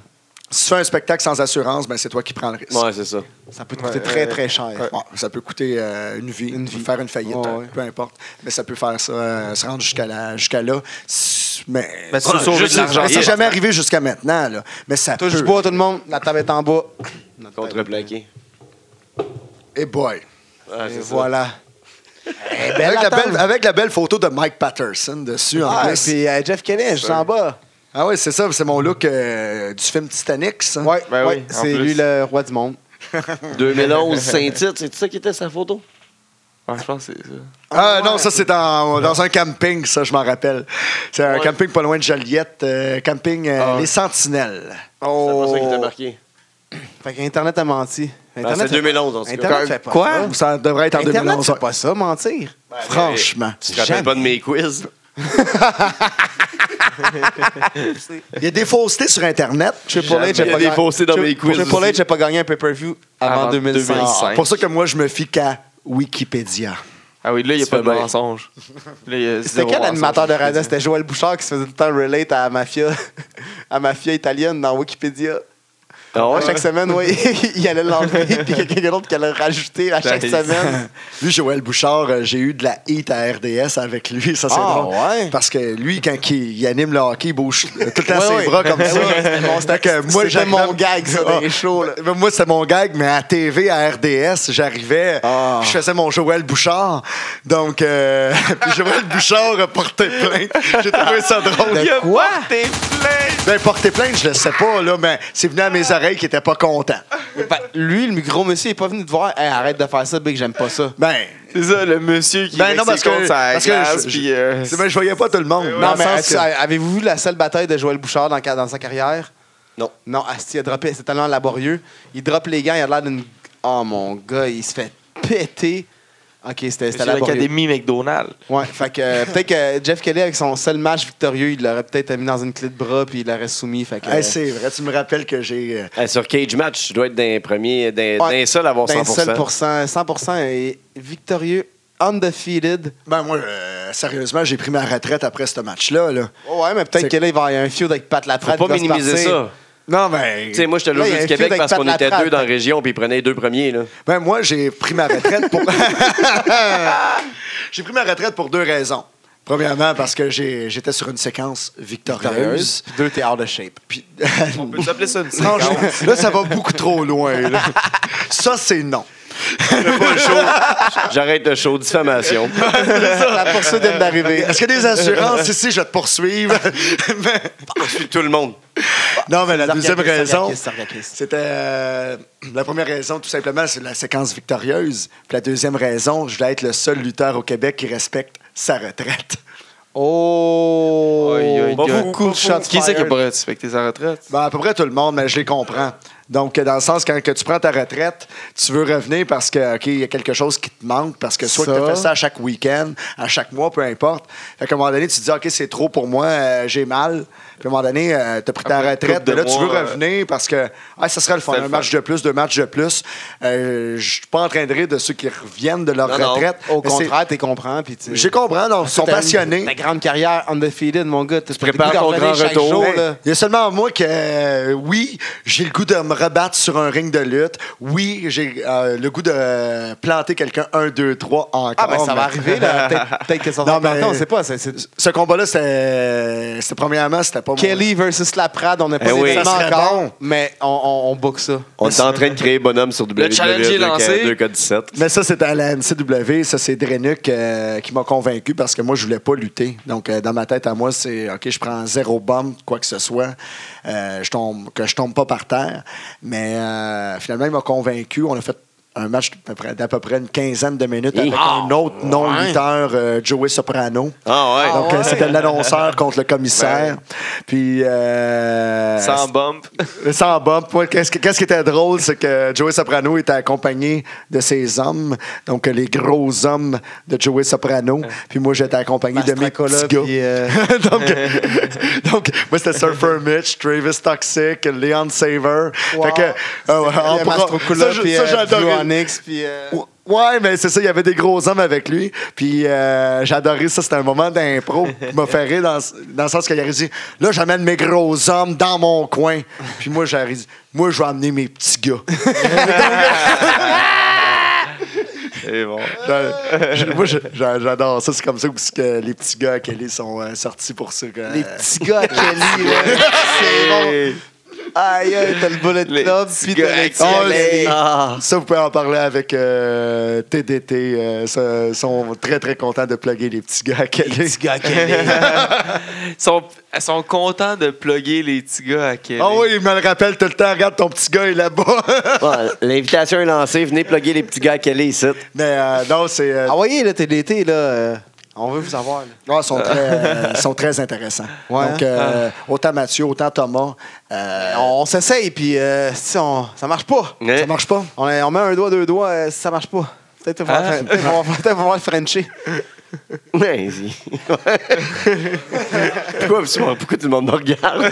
B: si tu fais un spectacle sans assurance, ben, c'est toi qui prends le risque.
C: Ouais, c'est ça.
D: Ça peut te
E: Ouais,
D: coûter très,
E: ouais.
D: très cher.
E: Ouais.
B: euh, Ouais, ça peut coûter euh, une, vie,
D: Une vie.
B: faire une faillite,
D: Ouais,
B: hein,
D: ouais.
B: peu importe. Mais ça peut faire ça, euh, se rendre jusqu'à la- jusqu'à là. S- Mais,
E: Mais c'est
C: Ouais,
E: sauver
C: juste
E: de l'argent.
B: mais c'est jamais arrivé jusqu'à maintenant. là. Mais ça peut.
D: Touche bois, tout le monde. La table est en bas. Notre table.
C: Contreplaqué.
B: Et boy.
C: Ouais,
D: Et
C: c'est ça.
D: voilà. Eh, belle
B: avec, la
D: table.
B: belle, avec la belle photo de Mike Patterson dessus en
D: Ah,
B: plus.
D: puis euh, Jeff Kelly, je suis en bas.
B: Ah oui, c'est ça, c'est mon look euh, du film Titanic, ça.
D: Ouais,
E: Ben
D: ouais,
E: oui, en
D: c'est
E: plus.
D: lui le roi du monde.
C: 2011, Saint-Tite, c'est ça qui était sa photo?
E: Ouais, je pense que c'est ça.
B: Ah
D: Ah,
B: non,
D: ouais.
B: ça c'est dans, dans un camping, ça je m'en rappelle. C'est un
C: Ouais.
B: camping pas loin de Joliette, euh, camping euh, Les Sentinelles.
C: C'est pas ça qui était
D: Ah. Oh.
C: marqué.
D: Fait qu'Internet a menti.
C: Ben,
D: fait-
C: c'est 2011, en tout cas.
D: Internet fait pas ça.
B: Ça devrait être en
D: Internet,
B: 2011.
D: c'est pas ça, mentir.
B: Franchement.
C: Tu te rappelles pas de mes quiz?
B: Il y a des faussetés sur Internet.
D: Triple
E: Jamais.
D: H a
E: Il y
D: pas
E: a des
D: gagné-
C: faussetés dans
D: Tri-
C: mes quiz
D: Triple H
C: aussi.
D: n'a pas gagné un pay-per-view avant,
E: Avant
D: 2005.
E: 2005.
B: C'est Ah, pour ça que moi je me fie qu'à Wikipédia.
E: Ah oui, là, il n'y a
C: Tu
E: pas
C: fais
E: de
C: bien.
E: mensonge. Là, il y a
D: C'était
E: zéro
D: quel
E: mensonge.
D: animateur de radio? C'était Joël Bouchard qui se faisait tout le temps relate à la mafia, <laughs> à la mafia italienne dans Wikipédia.
C: Ah
D: À chaque semaine, oui, <laughs> il allait l'enlever, puis quelqu'un d'autre qui allait le rajouter à chaque
E: Nice.
D: semaine.
B: Lui, Joël Bouchard, euh, j'ai eu de la hate à RDS avec lui, ça c'est
D: Ah,
B: drôle.
D: ouais?
B: Parce que lui, quand il, il anime le hockey, il bouge euh, tout le temps
D: Ouais,
B: ses
D: ouais.
B: bras comme ça.
D: Oui, c'était mon-
B: Fait que moi,
D: c'était
B: j'arrivais-
D: mon gag, ça, dans les shows, là.
B: Ben, Moi, c'était mon gag, mais à TV, à RDS, j'arrivais,
D: Ah.
B: je faisais mon Joël Bouchard. Donc, euh, <laughs> puis Joël Bouchard a porté plainte. J'ai trouvé ça drôle.
D: De
E: Il a
D: quoi?
E: porté plainte!
B: Ben, porter plainte, je le sais pas, là, mais c'est venu à mes oreilles qui n'étaient pas contents.
D: Fait que lui, le gros monsieur, il est pas venu te voir. Hey, arrête de faire ça, Big, j'aime pas ça.
B: Ben,
E: C'est ça, le monsieur qui
B: ben non, parce que, parce
E: parce
B: que
E: glace,
B: je,
E: puis, euh,
B: je, ben, je voyais pas tout le monde. dans
D: Non,
B: le
D: mais
B: sens
D: est-ce que-
B: que-
D: avez-vous vu la seule bataille de Joël Bouchard dans, dans sa carrière?
C: Non.
D: Non, Asti a droppé, c'est tellement laborieux. Il droppe les gants, il a l'air d'une. Oh mon gars, il se fait péter. Ok, c'était
E: c'est
D: c'était laborieux.
E: l'académie McDonald's.
D: Ouais, fait que euh, peut-être que Jeff Kelly, avec son seul match victorieux, il l'aurait peut-être mis dans une clé de bras puis il l'aurait soumis. Fait que, euh,
C: Euh,
B: Hey, Ah, c'est vrai, tu me rappelles que j'ai. euh,
C: Eh, sur Cage Match, tu dois être d'un premier, d'un
D: Ouais,
C: d'un seul à avoir 100%.
D: d'un seul pour cent, 100% est victorieux, undefeated.
B: Ben, moi, euh, sérieusement, j'ai pris ma retraite après ce match-là. Là.
D: Oh ouais, mais
B: C'est-
D: peut-être que là, il va y avoir un feud avec Pat Laprade.
C: Faut pas
D: qui va se
C: minimiser
D: partir.
C: ça.
B: Non, ben.
C: Tu sais, moi, j'étais là
D: Là,
C: au
D: il y a
C: Jeu
D: un
C: du
D: feud
C: Québec
D: avec
C: parce
D: Pat
C: qu'on était
D: Laprade.
C: deux dans la région, puis ils prenaient les deux
D: <laughs>
C: premiers. Là.
B: Ben, moi, j'ai pris ma retraite
C: <laughs>
B: pour. j'ai pris ma retraite pour deux raisons. Premièrement, parce que j'ai- j'étais sur une séquence victorieuse.
D: Victorieuse. Puis deux, t'es out of shape.
B: Puis-
E: On peut appeler ça une
B: Non,
E: séquence.
B: je- là, ça va beaucoup trop loin. là. Ça, c'est non.
C: J'arrête le
D: <laughs>
C: show, diffamation.
D: La poursuite vient d'arriver.
B: Est-ce qu'il y a des assurances ici? Je vais te
C: <laughs>
B: poursuivre. Mais-
C: Ensuite, tout le monde.
B: non, mais la deuxième
D: Sarkakis,
B: raison,
D: Sarkakis, Sarkakis.
B: C'était euh, la première raison, tout simplement, c'est la séquence victorieuse. Puis la deuxième raison, je voulais être le seul lutteur au Québec qui respecte sa retraite.
D: Oh!
E: Aïe, aïe, aïe.
D: beaucoup de shots
E: Qui c'est qui a
D: fired.
E: pas respecté sa retraite?
B: Ben, à peu près tout le monde, mais je les comprends. Donc, euh, dans le sens, quand que tu prends ta retraite, tu veux revenir parce que, OK, il y a quelque chose qui te manque, parce que soit tu
D: Ça.
B: fais ça à chaque week-end, à chaque mois, peu importe. Fait qu'à un moment donné, tu te dis, OK, c'est trop pour moi, euh, j'ai mal. Puis à un moment donné, tu as pris ta
E: Après une
B: retraite,
E: couple
B: mais
E: de
B: là, tu veux
E: mois, euh,
B: revenir parce que, ah, ça serait le fun,
E: C'est le
B: un
E: fun.
B: match de plus, deux matchs de plus. Euh, je suis pas en train de rire de ceux qui reviennent de leur
C: Non, non.
B: retraite.
D: Au
B: Mais
D: contraire, t'es comprends. Puis
B: c'est- J'ai compris, donc, ils sont passionnés.
E: Ben,
D: Ta grande carrière undefeated, mon gars. Tu
C: prépares ton grand retour,
B: Hey, Il y a seulement moi que, euh, oui, j'ai le goût de me rebattre sur un ring de lutte. Oui, j'ai euh, le goût de euh, planter quelqu'un 1, 2, 3 encore. Oh,
D: Ah, ben ça va
B: mais-
D: arriver, <laughs>
B: <laughs>
D: là. Peut-être peut-être que ça va
B: Non, mais-
D: planter, on sait pas. C'est- c'est-
B: Ce combat-là, c'était c'était- premièrement, c'était pas mon-
D: Kelly versus Laprade, on n'a pas
C: Eh
D: les
C: oui.
D: événements
B: Ça serait
D: encore,
B: bon.
D: mais on, on, on book ça.
C: On est en train de créer bonhomme sur E WWE
E: Le challenge est
C: euh,
E: lancé.
C: 2K17.
B: Mais ça, c'était à la NCW. Ça, c'est Drenuc euh, qui m'a convaincu parce que moi, je voulais pas lutter. Donc, euh, dans ma tête, à moi, c'est OK, je prends zéro bombe, quoi que ce soit, euh, je tombe, que je tombe pas par terre. Mais euh, finalement, il m'a convaincu. On a fait un match d'à peu près- d'à peu près une quinzaine de minutes avec un autre non-lutteur, euh, Joey Soprano.
C: Ah ouais.
B: Donc, euh, c'était l'annonceur contre le commissaire. Puis. euh,
E: Sans bump.
B: sans bump. ouais. Qu'est-ce que- qu'est-ce qui était drôle, c'est que Joey Soprano était accompagné de ses hommes, donc euh, les gros hommes de Joey Soprano. Puis moi, j'étais accompagné de mes
D: Mastracola,
B: petits gars. <laughs>
D: puis, euh,
B: donc,
D: <laughs>
B: donc, moi, c'était Surfer Mitch, Travis Toxic, Leon Saver.
D: Wow.
B: Fait que, euh, ouais, en pro-
D: Mastrocoula,
B: ça, je-
D: puis
B: ça,
D: euh,
B: j'adorais.
D: Blue Onyx, puis... euh,
B: Ou- Ouais, mais c'est ça, il y avait des gros hommes avec lui. Puis euh, j'adorais ça, c'était un moment d'impro qui m'a fait rire dans, dans le sens qu'il aurait dit Là, j'amène mes gros hommes dans mon coin. Puis moi, j'aurais dit Moi, je vais amener mes petits gars.
E: Et bon.
B: J'a- j'a- moi, j'a- j'a- j'adore ça. C'est comme ça aussi que les petits gars à Kelly sont euh, sortis pour ça. que-
D: Les petits gars à
B: <laughs>
D: Kelly, là. C'est bon. Aïe, aïe, t'as le bullet
E: Les
D: club,
E: petits
D: puis
E: gars
D: t'as
E: à
D: le
E: Kelly.
D: Kelly.
B: Oh, Ça, vous pouvez en parler avec euh, TDT. euh, ça- Ils sont très, très contents de plugger les petits gars à Kelly.
D: Les petits gars à Kelly.
E: <laughs> Ils sont, elles sont contents de plugger les petits gars à Kelly.
B: <laughs> Ah oui, il me le rappelle tout le temps. Regarde, ton petit gars est là-bas. <laughs>
C: Bon, euh, L'invitation est lancée. Venez plugger les petits gars à Kelly ici.
B: Mais euh, non, c'est. euh,
D: Envoyez, là, TDT, là. euh, On veut vous avoir, là.
B: Ah, ils sont très, euh, ils sont très intéressants.
D: Ouais, Ah.
B: Donc, euh, autant Mathieu, autant Thomas, euh,
D: On s'essaye, puis euh, si on... ça marche pas.
B: ça marche pas.
D: On, on met un doigt, deux doigts, euh, si ça marche pas. Peut-être qu'on
E: Ah.
D: va falloir le Frencher.
C: <laughs> Ouais, si. pourquoi, pourquoi, pourquoi tout le monde me regarde?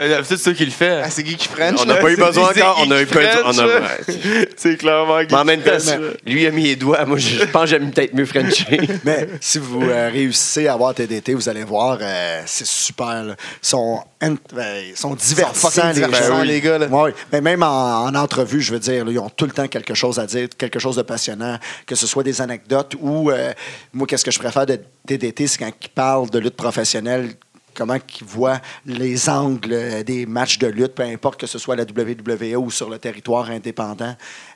E: Euh, D'habitude, c'est ça qui le fait.
D: Ah, c'est Guy qui French.
C: On n'a
D: là.
C: pas eu besoin
E: c'est
C: encore. On a eu
E: Geek
C: peur.
E: French, là. <laughs> C'est clairement
C: Mais en même temps,
E: French.
C: lui a mis les doigts. Moi, je, je pense que j'aime peut-être mieux Frenchie.
B: Mais si vous euh, réussissez à avoir TDT, vous allez voir, euh, c'est super. là. Ils sont, int- euh, ils sont divertissants,
D: fucking
B: les,
D: divertissants,
B: gens. Ben
D: les gars, là.
B: Ouais, ouais. Mais même en, en entrevue, je veux dire, là, ils ont tout le temps quelque chose à dire, quelque chose de passionnant, que ce soit des anecdotes ou, euh, moi, qu'est-ce que je préfère de TDT, c'est quand ils parlent de lutte professionnelle, comment ils voient les angles euh, des matchs de lutte, peu importe que ce soit à la WWE ou sur le territoire indépendant.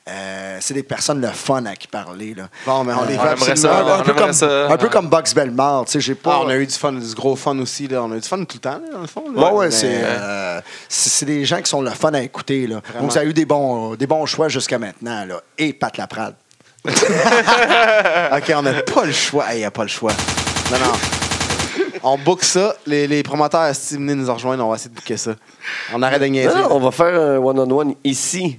B: Euh, c'est des personnes le fun à qui parler. Là.
D: Bon, mais on les
E: Euh, On
D: veut
E: aimerait
D: absolument.
E: ça,
B: Un- un,
E: on
B: peu
E: aimerait
B: comme,
E: ça.
B: un peu comme Box Bellemare, tu sais, j'ai pas.
D: Ah, on a eu du fun, du gros fun aussi. Là. On a eu du fun tout le temps, là, dans le fond. là.
B: Ouais, ouais,
D: Mais-
B: c'est, euh, c'est c'est des gens qui sont le fun à écouter. Là. Donc, ça a eu des bons, des bons choix jusqu'à maintenant. Là. Et
D: <laughs>
B: Pat Laprade.
D: OK, on n'a pas le choix. Il n'y a pas le choix. Non, non. On book ça. Les, les promoteurs, si venez nous rejoindre, on va essayer de booker ça. On arrête de niaiser.
C: Non, non, on va faire un one-on-one ici,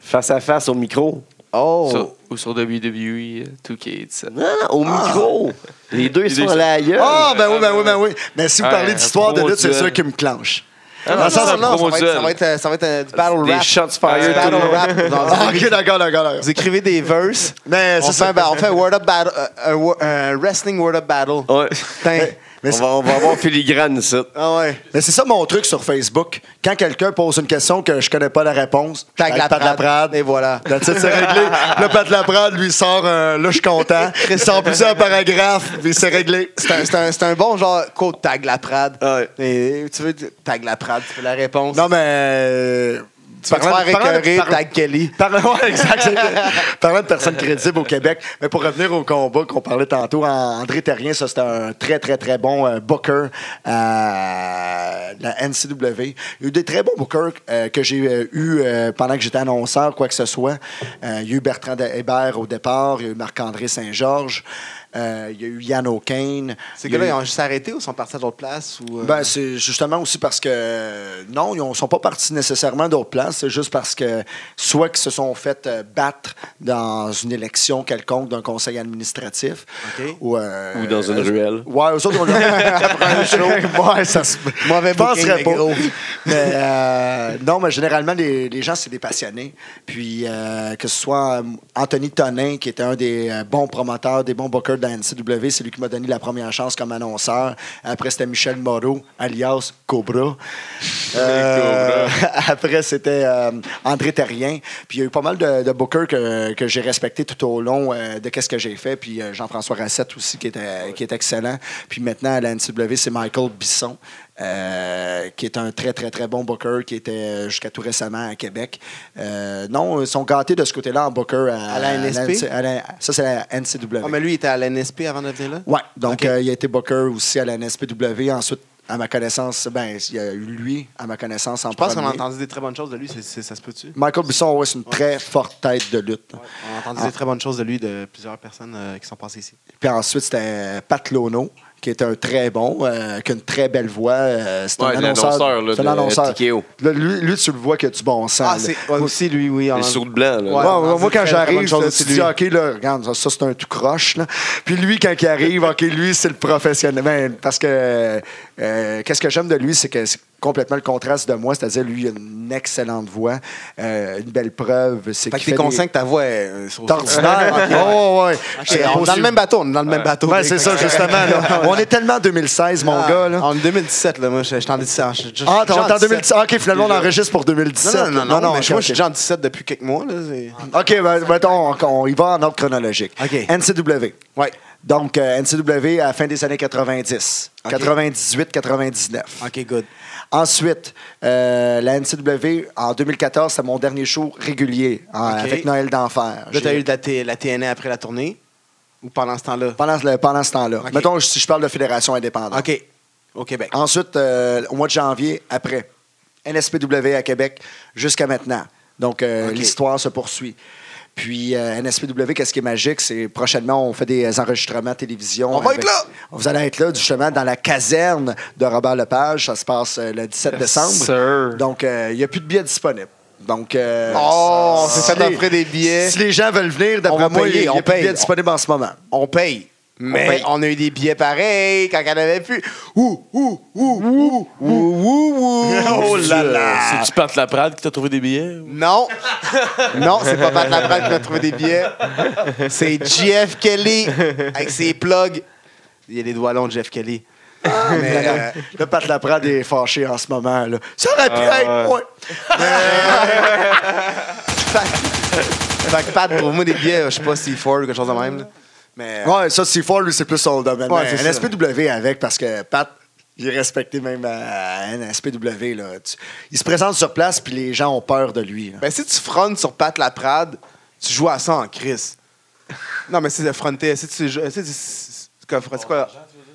C: face à face, au micro.
D: Oh! Ah
E: Sur- ou sur WWE euh, 2K17.
C: Non, non, au micro. Ah. Les deux, ils
E: Les
C: sont
E: deux,
C: allés ailleurs.
B: Ah, ben
E: ah,
B: oui, ben
E: ben
B: oui, ben oui. Mais si vous
E: Ouais,
B: parlez
E: un
B: d'histoire de
E: promo
B: lutte, c'est
E: duel.
B: sûr qui me clenche.
E: Ah,
D: Non,
E: non,
D: non,
E: c'est un
D: non,
E: promo
D: ça, va être, ça, va
E: duel.
D: être, euh, ça va être, euh, du battle
C: Des
D: rap.
C: shots
D: Du
C: fired.
E: Ah,
D: battle
E: tout le
D: rap. Dans-
B: Ah, ok, d'accord, d'accord, d'accord.
D: Vous écrivez des verses.
B: Mais
D: On
B: c'est
D: fait,
B: ça.
D: un, ba- on fait un word up battle, euh, un, wo- un wrestling word up battle.
C: Ouais.
D: Putain.
B: Mais
C: Oh, on,
B: c'est-
C: va, on va avoir filigrane, ça.
D: Ah ouais.
B: Mais c'est ça mon truc sur Facebook. Quand quelqu'un pose une question que je connais pas la réponse,
D: Tag la
B: Pat
D: Prade.
B: Laprade.
D: Et voilà.
B: Là, tu sais, c'est réglé. Là, Pat Laprade lui sort un Là, je suis
D: <laughs>
B: content. Il sort plusieurs paragraphes, puis c'est réglé.
D: C'est un- c'est un, c'est un bon genre code tag la Prade.
C: Ah Ouais.
D: Et tu veux tag la Prade, tu veux la réponse.
B: Non, mais. euh,
D: tu veux te
B: parlant-
D: faire
B: parlant de-
D: écœurer,
B: parlant-
D: tag Kelly.
B: Parlant, ouais, exact,
D: <laughs>
B: c'est- parlant de personnes crédibles au Québec, mais pour revenir au combat qu'on parlait tantôt, An- André Terrien, ça c'était un très, très, très bon euh, booker à la NCW. Il y a eu des très bons bookers euh, que j'ai euh, eu euh, pendant que j'étais annonceur, quoi que ce soit. Euh, il y a eu Bertrand de- Hébert au départ, il y a eu Marc-André Saint-Georges, euh, il y a eu Yann O'Kane.
D: Ces
B: Il y a
D: gars-là,
B: eu-
D: ils ont juste arrêté ou sont partis à d'autres places? Ou, euh,
B: ben, c'est justement aussi parce que euh, non, ils ne sont pas partis nécessairement d'autres places. C'est juste parce que soit qu'ils se sont fait euh, battre dans une élection quelconque d'un conseil administratif.
D: OK.
B: Ou, euh,
C: Ou dans une ruelle.
B: Ouais, eux autres, on a... Après un show. Ouais, ça se...
D: Mauvais
B: Je penserais
D: booking, mais
B: pas.
D: gros.
B: Mais, euh, non, mais généralement, les, les gens, c'est des passionnés. Puis euh, que ce soit euh, Anthony Tonin, qui était un des euh, bons promoteurs, des bons bookers de la NCW, c'est lui qui m'a donné la première chance comme annonceur. Après, c'était Michel Moreau, alias Cobra. Euh, <laughs> après, c'était euh, André Terrien. Puis il y a eu pas mal de, de bookers que, que j'ai respectés tout au long euh, de qu'est-ce que j'ai fait. Puis euh, Jean-François Rassette aussi, qui était, qui est excellent. Puis maintenant, à la NCW, c'est Michael Bisson. euh, qui est un très, très, très bon booker, qui était euh, jusqu'à tout récemment à Québec. Euh, non, ils sont gâtés de ce côté-là en booker à,
D: À la NSP?
B: à la- ça, c'est la NCW.
D: Ah, mais lui, il était à l'NSP avant de venir là?
B: Ouais, donc
D: Ok.
B: euh, il a été booker aussi à la NSPW. Ensuite, à ma connaissance, ben, il y a eu lui, à ma connaissance, en
D: Je pense qu'on a
B: premier.
D: entendu des très bonnes choses de lui, c'est- c'est- ça se peut-tu?
B: Michael Bisson, ouais, c'est une très forte tête de lutte.
D: On a
B: Ah.
D: entendu des très bonnes choses de lui de plusieurs personnes euh, qui sont passées ici.
B: Puis ensuite, c'était Pat Lono, qui est un très bon, euh, qui a une très belle voix. euh, c'est
C: Ouais,
B: un
C: de l'annonceur,
B: annonceur.
C: là,
B: C'est un
C: de
B: annonceur.
C: TKO.
B: Là, lui, lui, tu le vois que tu bon sens.
D: Ah,
B: là.
D: c'est ouais, aussi lui, oui.
C: Les
D: en-
C: sourds blancs, là.
B: Ouais,
D: Ouais,
B: moi,
D: on dit
B: quand
D: très, très bonne
B: j'arrive,
D: chose
B: là,
D: aussi
B: tu
D: de
B: dis,
D: lui.
B: OK, là, regarde, ça, ça, c'est un tout croche. Là. Puis lui, quand il arrive, OK, lui, c'est le professionnel. Ben, parce que euh, qu'est-ce que j'aime de lui, c'est que c'est complètement le contraste de moi. C'est-à-dire, lui, il a une excellente voix, euh, une belle preuve.
D: Fait
B: C'est
D: que
B: qu'il
D: t'es
B: fait
D: conscient
B: des-
D: que ta voix est euh, sur- <laughs>
B: C'est ordinaire. Oh, ouais.
D: Ok, on
B: C'est
D: est dans
B: possible.
D: le même bateau, on est dans le même bateau.
B: Ouais, c'est ça, justement. là. <laughs> On est tellement en 2016, <laughs> mon
D: Ah,
B: gars. Là.
D: En 2017, là, moi, je je suis en 17. je- je- je-
B: Ah,
D: je
B: t'es
D: suis en
B: en
D: 17.
B: 2017. OK, finalement, on enregistre pour 2017.
D: Non, non, non, non, mais
B: ok,
D: moi,
B: ok.
D: je suis déjà en 17 depuis quelques mois. Là, c'est-
B: OK, ben, mettons, on, on y va en ordre chronologique.
D: OK.
B: NCW.
D: Ouais.
B: Donc, euh, NCW à la fin des années 90.
D: OK.
B: 98, 99.
D: Ah, OK, good.
B: Ensuite, euh, la NCW, en 2014, c'est mon dernier show régulier en-
D: OK.
B: avec Noël d'Enfer.
D: Là, t'as
B: J'ai-
D: eu de la, T- la TNA après la tournée ou pendant ce temps-là?
B: pendant, le- pendant ce temps-là.
D: OK.
B: Mettons, si je parle de Fédération indépendante.
D: OK. Au Québec.
B: Ensuite, euh, au mois de janvier, après, NSPW à Québec jusqu'à maintenant. Donc, euh,
D: OK.
B: l'histoire se poursuit. Puis, euh, NSPW, qu'est-ce qui est magique, c'est prochainement, on fait des enregistrements télévision.
D: On va être là!
B: Vous allez être là, justement, dans la caserne de Robert Lepage. Ça se passe euh, le 17
E: Yes,
B: décembre.
E: sir.
B: Donc, euh, il n'y a plus de billets disponibles. Donc, euh,
D: Oh,
B: si
D: c'est ça
B: les-
D: d'offrir des billets.
B: Si les gens veulent venir,
D: On va
B: d'après moi, il
D: payer,
B: n'y a
D: on
B: plus de
D: paye.
B: billets disponibles en ce moment.
D: on paye. Mais on,
B: paye.
D: a eu des billets pareils quand il n'y en avait plus. Ouh, ouh, ouh, ouh, ouh, ouh, ouh.
B: <laughs> Oh là là!
F: C'est-tu Pat Laprade qui t'a trouvé des billets? ou-
D: Non, non, c'est pas Pat Laprade qui m'a trouvé des billets. C'est JF Kelly avec ses plugs. Il y a les doigts longs de JF Kelly.
B: Mais,
D: <laughs>
B: euh, le Pat Laprade est fâché en ce moment. Là. Ça
D: euh,
B: <laughs> aurait pu être moi.
D: Fait fait que Pat, trouve-moi des billets, je sais pas si Ford ou quelque chose de même. là. Mais euh,
B: Ouais, ça, c'est fort, lui, c'est plus son domaine.
D: Ouais,
B: Mais
D: c'est ça.
B: NSPW avec, parce que Pat, il est respecté même à NSPW. Là. Tu- il se présente sur place, puis les gens ont peur de lui. là.
D: ben, si tu frontes sur Pat Laprade, tu joues à ça en Chris. Non, mais c'est de fronter. Si tu joues- si tu- c'est quoi, c'est quoi?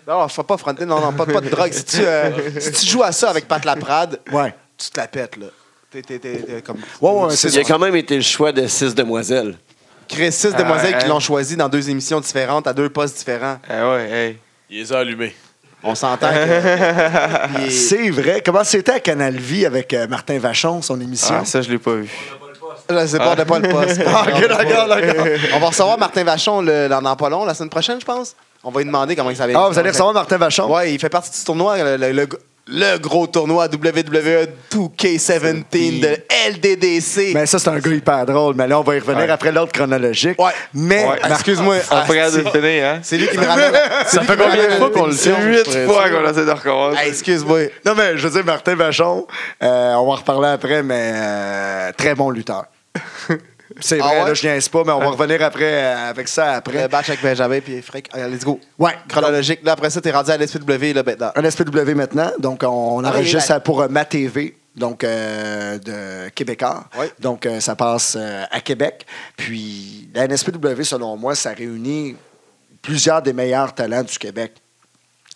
D: Non, faut pas fronter, non, non, pas, pas de drogue. Si tu, euh, si tu joues à ça avec Pat Laprade,
B: Ouais.
D: Ben, tu te la pètes, là. T'es, t'es- t'es- t'es comme...
B: Ouais, ouais, c'est
C: Il y a
B: ça.
C: quand même été le choix de six demoiselles.
D: Chris, six
E: Ah,
D: demoiselles qui
E: hein.
D: l'ont choisi dans deux émissions différentes, à deux postes différents.
E: Ah ouais, hey.
F: Il les a allumés.
D: On s'entend que... <laughs> Il est-
B: C'est vrai. Comment c'était à Canal Vie avec euh, Martin Vachon, son émission?
E: Ah, ça, je l'ai pas vu.
D: Je sais pas, on n'a
B: <laughs>
D: pas le poste. <laughs>
B: Ah, ok, d'accord, d'accord.
D: On va recevoir Martin Vachon le, dans, dans pas long, la semaine prochaine, je pense. On va lui demander comment il s'appelle.
B: Ah, vous allez recevoir Martin Vachon?
D: Ouais, il fait partie de ce tournoi, le, le- le- le gros tournoi E WWE 2K17 de LDDC.
B: Mais ça, c'est un gars hyper drôle. Mais là, on va y revenir
E: Ouais.
B: après l'ordre chronologique.
D: Ouais.
B: Mais,
E: Ouais.
D: Ah, Excuse-moi.
E: On
D: Ah,
E: peut regarder
D: c'est-
E: finir, hein?
D: C'est lui qui me <laughs> ramène. Ça
F: fait combien de fois qu'on le
E: C'est huit fois qu'on essaie de
D: Ah,
E: recommencer.
D: excuse-moi.
B: Non, mais je veux dire, Martin Vachon, euh, on va en reparler après, mais euh, très
D: <laughs>
B: bon lutteur. C'est
D: Ah
B: vrai,
D: ouais?
B: là, je niaise pas, mais on va revenir après euh, avec ça
D: Le
B: après.
D: batch avec Benjamin puis Frick. Allez, let's go.
B: Ouais, chronologique.
D: Chronologique. Là, après ça, t'es rendu à l'SPW, là, ben, maintenant.
B: Un SPW maintenant, donc on, on
D: Ah,
B: enregistre
D: il est là.
B: pour euh, ma TV, donc euh, de Québécois.
D: Ouais.
B: Donc euh, ça passe euh, à Québec. Puis la NSPW, selon moi, ça réunit plusieurs des meilleurs talents du Québec.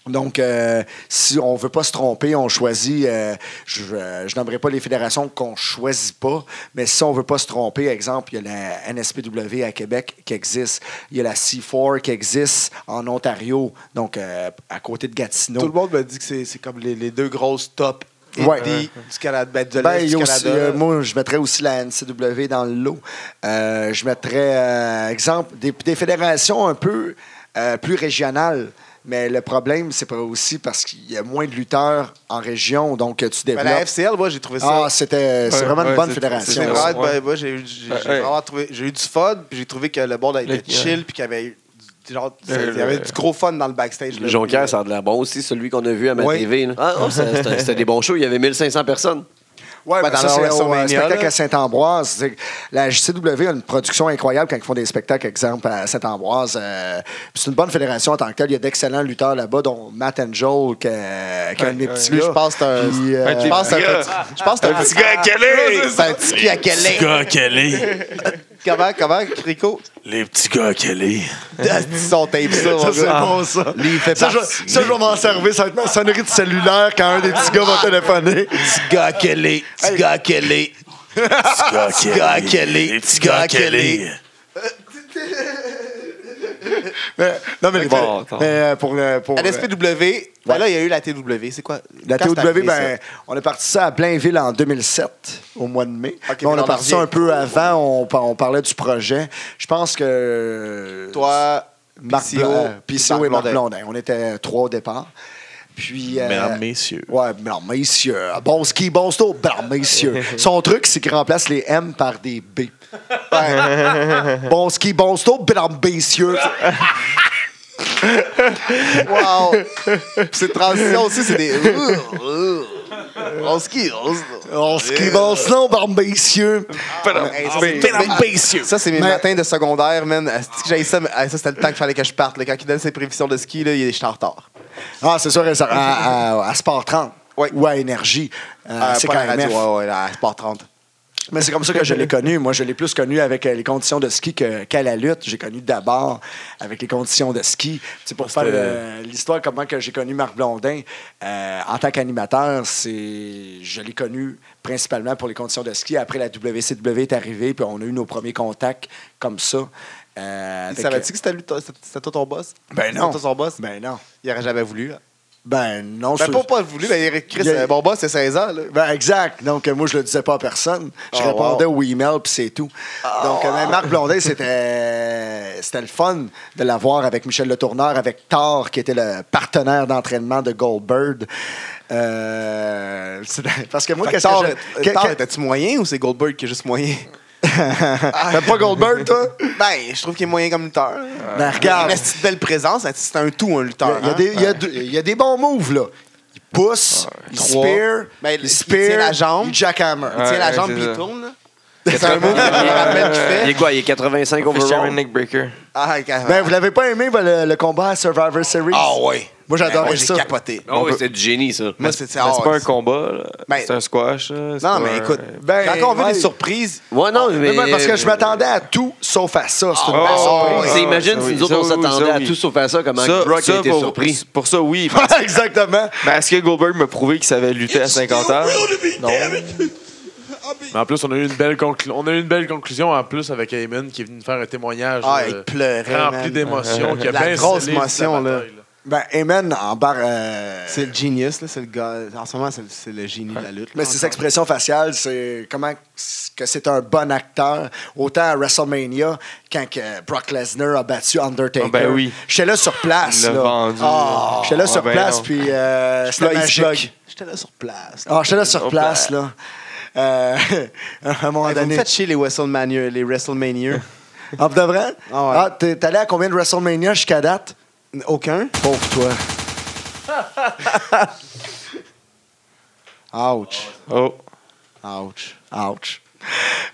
B: Donc, euh, si on ne veut pas se tromper, on choisit, euh, je ne nommerai pas les fédérations qu'on choisit pas, mais si on ne veut pas se tromper, exemple, il y a la NSPW à Québec qui existe, il y a la C4 qui existe en Ontario, donc euh, à côté de Gatineau.
D: Tout le monde me dit que c'est c'est comme les, les deux grosses top
B: Ouais.
D: indies du Canada, ben, de
B: Ben,
D: l'Est
B: il y
D: du
B: a aussi,
D: Canada.
B: euh, moi, je mettrais aussi la NCW dans le lot. Euh, je mettrais, euh, exemple, des, des fédérations un peu euh, plus régional. Mais le problème, c'est pas aussi parce qu'il y a moins de lutteurs en région, donc tu
D: Ben,
B: développes.
D: la FCL, moi, j'ai trouvé ça.
B: ah, c'était c'est
E: Ouais,
B: vraiment une
E: ouais,
B: bonne
E: c'est-
B: fédération.
D: C'est vrai,
E: Ouais. Ouais.
D: ben, moi, j'ai eu, j'ai-
E: Ouais.
D: j'ai vraiment trouvé- j'ai eu du fun, puis j'ai trouvé que le board était
E: Le-
D: chill, puis qu'il y avait, eu du- genre,
E: Le-
D: il y avait du gros fun dans le backstage.
C: Le
D: là.
C: Jonquière,
D: Puis, euh,
C: ça a de la bon aussi, celui qu'on a vu à ma
B: Oui.
C: TV. là. Ah, oh, ça- c'était c'était des bons shows. Il y avait 1500 personnes.
B: Ouais,
D: Ben,
B: ben,
D: dans
B: ça,
D: leur
B: c'est au
D: WrestleMania,
B: euh, spectacle
D: là.
B: à Saint-Ambroise. C'est que La JCW a une production incroyable quand ils font des spectacles, exemple, à Saint-Ambroise. euh, puis c'est une bonne fédération en tant que telle. Il y a d'excellents lutteurs là-bas, dont Matt and Joel, qui, euh, qui est un de mes
E: Ouais,
B: petits
D: lui,
B: gars.
D: je pense que c'est un-
B: Puis, euh,
E: Un de tes
D: Je pense que c'est un
E: gars.
D: petit- je pense que c'est un petit
E: gars, quel est
D: C'est un petit gars à quel
F: Petits
D: est.
F: gars qu'elle est.
D: Comment, comment, <laughs> Rico?
F: Les petits gars qu'elle est.
D: Ils sont tape ça,
B: Ça,
D: mon
B: c'est
D: gars.
B: bon, ça.
D: Lui, il fait
B: Ça, je,
D: partie.
B: ça, je vais m'en servir. Ça va être ma sonnerie de cellulaire quand un des petits gars va téléphoner.
D: Petit gars à quel est. Petit gars à quel est.
F: Petits gars
D: gars
F: qu'elle
D: qu'elle est.
F: est. Les petits gars qu'elle est.
B: Mais- non, mais,
E: Bon, attends.
B: mais, euh, pour, euh, pour,
D: À l'SPW, ben là, il y a eu la TW. C'est quoi?
B: La
D: Quand c'est
B: TOW,
D: arrivé,
B: ben, on a parti ça à Blainville en 2007, au mois de mai.
D: Ok,
B: Mais on
D: mais
B: a
D: on
B: parti ça
D: revient.
B: un peu avant, on, par- on parlait du projet. Je pense que. euh,
D: ça? Toi,
B: Marc
D: PCO,
B: Blanc- PCO et Marc
D: Blondin.
B: Blondin. On était trois au départ. Puis. euh,
F: Mesdames, messieurs.
B: Ouais, non, messieurs. Bon ski, bon sto, bon messieurs. Son truc, c'est qu'il remplace les M par des B. Ouais. <laughs> bon ski, bon sto, bon messieurs. <laughs>
D: Wow! Puis cette transition aussi, c'est des. <laughs> on ski, on ski.
B: Bon ski, bon sto, bon messieurs.
D: Hey, ça,
E: Mais-
D: c'est- Ça, c'est mes
B: Mais-
D: matins de secondaire, man. Asti que j'haïs ça, mais- hey, ça c'était le temps qu'il fallait que je parte. là. Quand il donne ses prévisions de ski, là, il est j'étais en retard.
B: Ah, c'est sûr, à, à- à Sport 30
D: Oui.
B: ou à Énergie. euh,
D: Euh,
B: c'est
D: pas
B: quand
D: la radio,
B: même.
D: ouais, ouais, la Sport 30.
B: Mais c'est comme ça que je l'ai connu. Moi, je l'ai plus connu avec euh, les conditions de ski que- qu'à la lutte. J'ai connu d'abord avec les conditions de ski. C'est pour faire euh, l'histoire comment que j'ai connu Marc Blondin euh, en tant qu'animateur. C'est je l'ai connu principalement pour les conditions de ski. Après la WCW est arrivée, puis on a eu nos premiers contacts comme ça. euh,
D: Il
B: avec-
D: savait-tu que c'était lui, toi- c'était- c'était toi ton boss?
B: Ben non.
D: C'était toi son boss?
B: Ben non.
D: Il aurait jamais voulu. là.
B: Ben non.
D: Ben
B: c'est-
D: pas, pas voulu, mais Eric Chris,
B: Il a-
D: euh, mon boss, c'est 16 ans. Là.
B: Ben, exact. Donc, euh, moi, je le disais pas à personne. Je
D: Oh,
B: répondais
D: wow. Ah.
B: aux emails, puis c'est tout. Donc, euh, mais Marc Blondin, c'était c'était le fun de l'avoir avec Michel Letourneur, avec Thor, qui était le partenaire d'entraînement de Goldbird. Euh, c'est- parce que moi,
D: Fait que
B: qu'est-ce que
D: Thor,
B: je-
D: Thor,
B: que- que-
D: était-tu euh, moyen ou c'est Goldberg qui est juste
B: <laughs>
D: moyen?
B: T'aimes pas Goldbird, toi? <laughs>
D: Ben, je trouve qu'il est moyen comme lutteur.
B: Ben,
D: Regarde.
B: regarde.
D: Mais c'est une belle présence, hein, c'est un tout, un
B: Il y
D: lutteur.
B: a- il y a
D: hein.
B: des- il y a deux- il y a des bons moves, là. Il pousse, il
D: Trois.
B: spear,
D: Ben, il-
B: il
D: il
B: spear,
D: tient la jambe.
B: il jackhammer.
D: Il tient la
E: Ouais,
D: jambe
E: c'est
D: puis il
E: ça.
D: tourne. là. C'est un move
B: Ah,
D: qu'il rappelle qu'il
C: Il est
D: fait.
C: quoi? Il est 85
E: Fisherman
C: overall?
E: Neck Breaker.
D: Ah, quand-
B: Ben, vous l'avez pas aimé, ben, le, le combat à Survivor Series?
D: Ah ouais. Ben,
B: Moi, j'adorais
D: moi,
B: ça.
D: J'ai capoté.
C: Oh, oui, c'est du génie, ça.
D: Moi, c'est c'est-
E: Mais
D: ah,
E: c'est pas
D: ouais.
E: un combat, là.
D: Ben-
E: c'est un squash. là. C'est
D: Non,
E: pas euh,
D: mais
E: un-
D: écoute,
B: Ben,
D: quand on veut
B: ouais.
D: des surprises,
C: Ouais, non, mais. euh,
B: Mais moi, parce que je m'attendais à tout sauf à ça. C'est une
E: Ah,
B: belle
E: ouais,
B: surprise.
E: ouais,
C: C'est- Imagine
E: ça,
C: si
E: oui,
C: nous autres,
E: ça,
C: on
E: oui,
C: s'attendait
E: ça,
C: à
E: oui.
C: tout sauf à ça, comment
E: Ça,
C: Brock
E: ça,
C: a été
E: pour,
C: surpris.
E: Pour
D: <laughs>
E: ça, oui.
B: Ouais, <laughs> Exactement.
E: Mais est-ce que Goldberg m'a prouvé qu'il savait lutter à 50 heures? Non.
F: Mais en plus, on a eu une belle, conclu- on a eu une belle conclusion en plus avec Eamon qui est venu nous faire un témoignage
D: ah,
F: euh,
D: il pleurait.
F: rempli
D: man.
F: d'émotions. qui a
D: La
F: bien
D: grosse
F: scellé toute
D: émotion, là.
F: bataille,
B: Ben, Amen en barre. euh,
D: C'est le genius, là, c'est le gars. En ce moment, c'est le- c'est le génie de la lutte.
B: Mais
D: là,
B: ses
D: encore.
B: expressions faciales, c'est comment que c'est un bon acteur. Autant à WrestleMania, quand que Brock Lesnar a battu Undertaker.
E: Ah, ben oui.
B: J'étais là sur place.
E: Il l'a
B: là.
E: vendu.
B: Ah, J'étais là
E: Ah,
B: sur
E: ben
B: place,
E: non.
B: puis euh, c'était
D: Là, il se bloque.
B: magique.
D: J'étais là sur place.
B: Ah, J'étais là sur
E: Hop
B: place, là. Euh, <laughs> à un moment
D: Hey, vous me
B: donné.
D: faites chier les WrestleMania. Les WrestleMania.
B: Ah, pour de vrai?
D: Ah, ouais.
B: Ah, t'es t'es allé à combien de WrestleMania jusqu'à date?
D: Aucun?
B: Pauvre
D: <laughs>
B: toi. Ouch.
E: Oh.
D: Ouch.
B: Ouch.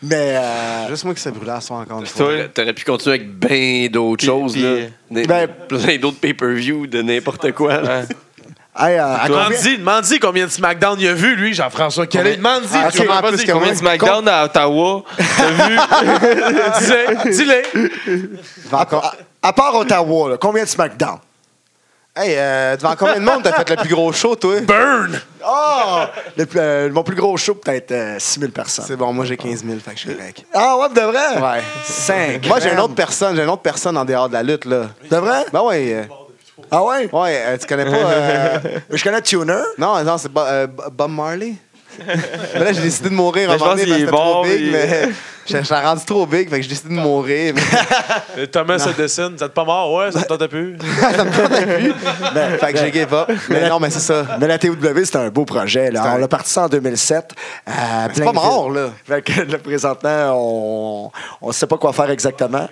B: Mais. euh,
D: Juste moi qui s'est brûlé à soir encore une
E: C'est
D: fois.
E: toi?
C: T'aurais- T'aurais pu continuer avec bien d'autres
E: Puis-
C: choses,
E: puis-
C: là. Des-
B: Ben-
C: plein d'autres pay-per-view de n'importe quoi. là.
E: Ouais.
B: hey, euh, à
F: là.
B: combien-
F: Mandy, demande-y combien de SmackDown il a vu, lui, Jean-François Kelly. Demande-y.
D: Ah,
F: tu
D: sûrement
F: m'as pas
D: plus
F: dit
D: que
F: combien
E: Combien de SmackDown à
D: <laughs>
E: Ottawa t'as vu?
F: Dis-le, <laughs> dis-le.
B: à, à part Ottawa, là, combien de SmackDown?
D: Hey, euh, devant combien de monde t'as fait le plus gros show, toi?
F: Burn!
B: Ah! Le plus- euh, mon plus gros show, peut-être 6000 personnes.
D: Oh! C'est bon, moi j'ai 15 000, fait que je suis correct.
B: Ah, ouais, pour de vrai?
D: Ouais.
B: 5.
D: Moi j'ai une autre personne, j'ai une autre personne en dehors de la lutte, là.
B: De vrai?
D: Ben ouais. euh,
B: Ah, ouais?
D: Ouais, euh, tu connais pas. euh,
B: <laughs> Je connais Tuner.
D: Non, non, c'est Bo- euh, Bo- Bob Marley. mais là, j'ai décidé de mourir
E: Mais
D: en
E: je pense
D: moment donné parce que
E: qu'il est
D: c'était trop
E: mort,
D: <laughs> big,
E: il-
D: mais Je je l'ai rendu trop big, fait que j'ai décidé de mourir. <laughs> mais-
F: Euh, Thomas se dessine, vous êtes pas mort, ouais, ça me tentait plus.
D: ça me tentait plus. fait que j'ai give up. <laughs> Mais non, mais c'est ça.
B: Mais la TOW, c'était un beau projet. là.
D: C'était un-
B: On l'a parti ça en 2007. à
D: C'est pas
B: Blainville.
D: mort, là.
B: Fait que là, présentement, on ne sait pas quoi faire exactement.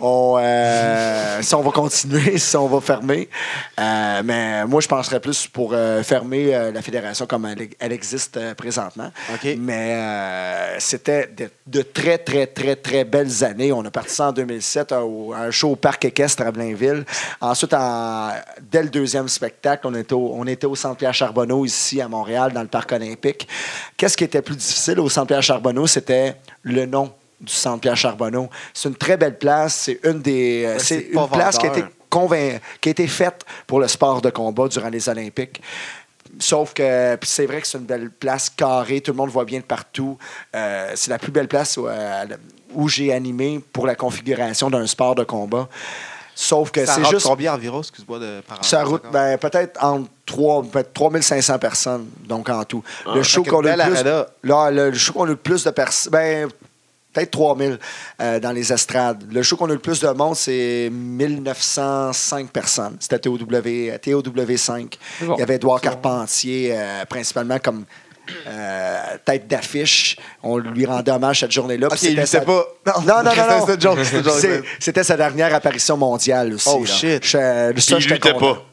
B: On, euh, si on va continuer, <laughs> si on va fermer. Euh, mais moi, je penserais plus pour euh, fermer euh, la fédération comme elle, elle existe euh, présentement.
D: OK.
B: Mais euh, c'était de, de très, très, très, très belles années. On a parti ça en 2007 à, euh, au- à un show au Parc équestre à Blainville. Ensuite, en- dès le deuxième spectacle, on était au, on était au Centre Pierre Charbonneau ici à Montréal, dans le Parc olympique. Qu'est-ce qui était plus difficile au Centre Pierre Charbonneau? C'était le nom du Centre Pierre Charbonneau. C'est une très belle place. C'est une des... euh,
D: c'est
B: C'est
D: pas
B: une place qui a été
D: vendeur.
B: convain- qui a été faite pour le sport de combat durant les Olympiques. Sauf que puis c'est vrai que c'est une belle place carrée, tout le monde voit bien de partout. Euh, c'est la plus belle place où, euh, où j'ai animé pour la configuration d'un sport de combat. Sauf que
D: Ça
B: c'est
D: rentre
B: juste
D: combien environ, excuse-moi, de par an?
B: ça route
D: encore?
B: ben, peut-être entre 3, 3500 personnes, donc en tout. le show
D: fait que
B: qu'on a
D: Ah, belle
B: le plus.
D: arena.
B: Là, le, le show qu'on a le plus de personnes. Ben, peut-être 3000 euh, dans les estrades. Le show qu'on a le plus de monde, c'est 1905 personnes. C'était TOW, TOW 5.
G: C'est bon.
B: Il y avait Edouard Carpentier, euh, principalement comme. euh, tête d'affiche. On lui rendait hommage cette journée-là.
D: Ok,
B: puis
D: il
B: c'était
D: le sait
B: sa-
D: Ah, pas.
B: Non, non, non,
D: <laughs>
B: non.
D: C'est une joke, c'est une joke.
B: C'est- C'était sa dernière apparition mondiale aussi.
D: Oh,
B: là.
D: shit.
B: Je- ça,
C: Puis
B: j'étais
C: il luttait
B: content.
C: pas.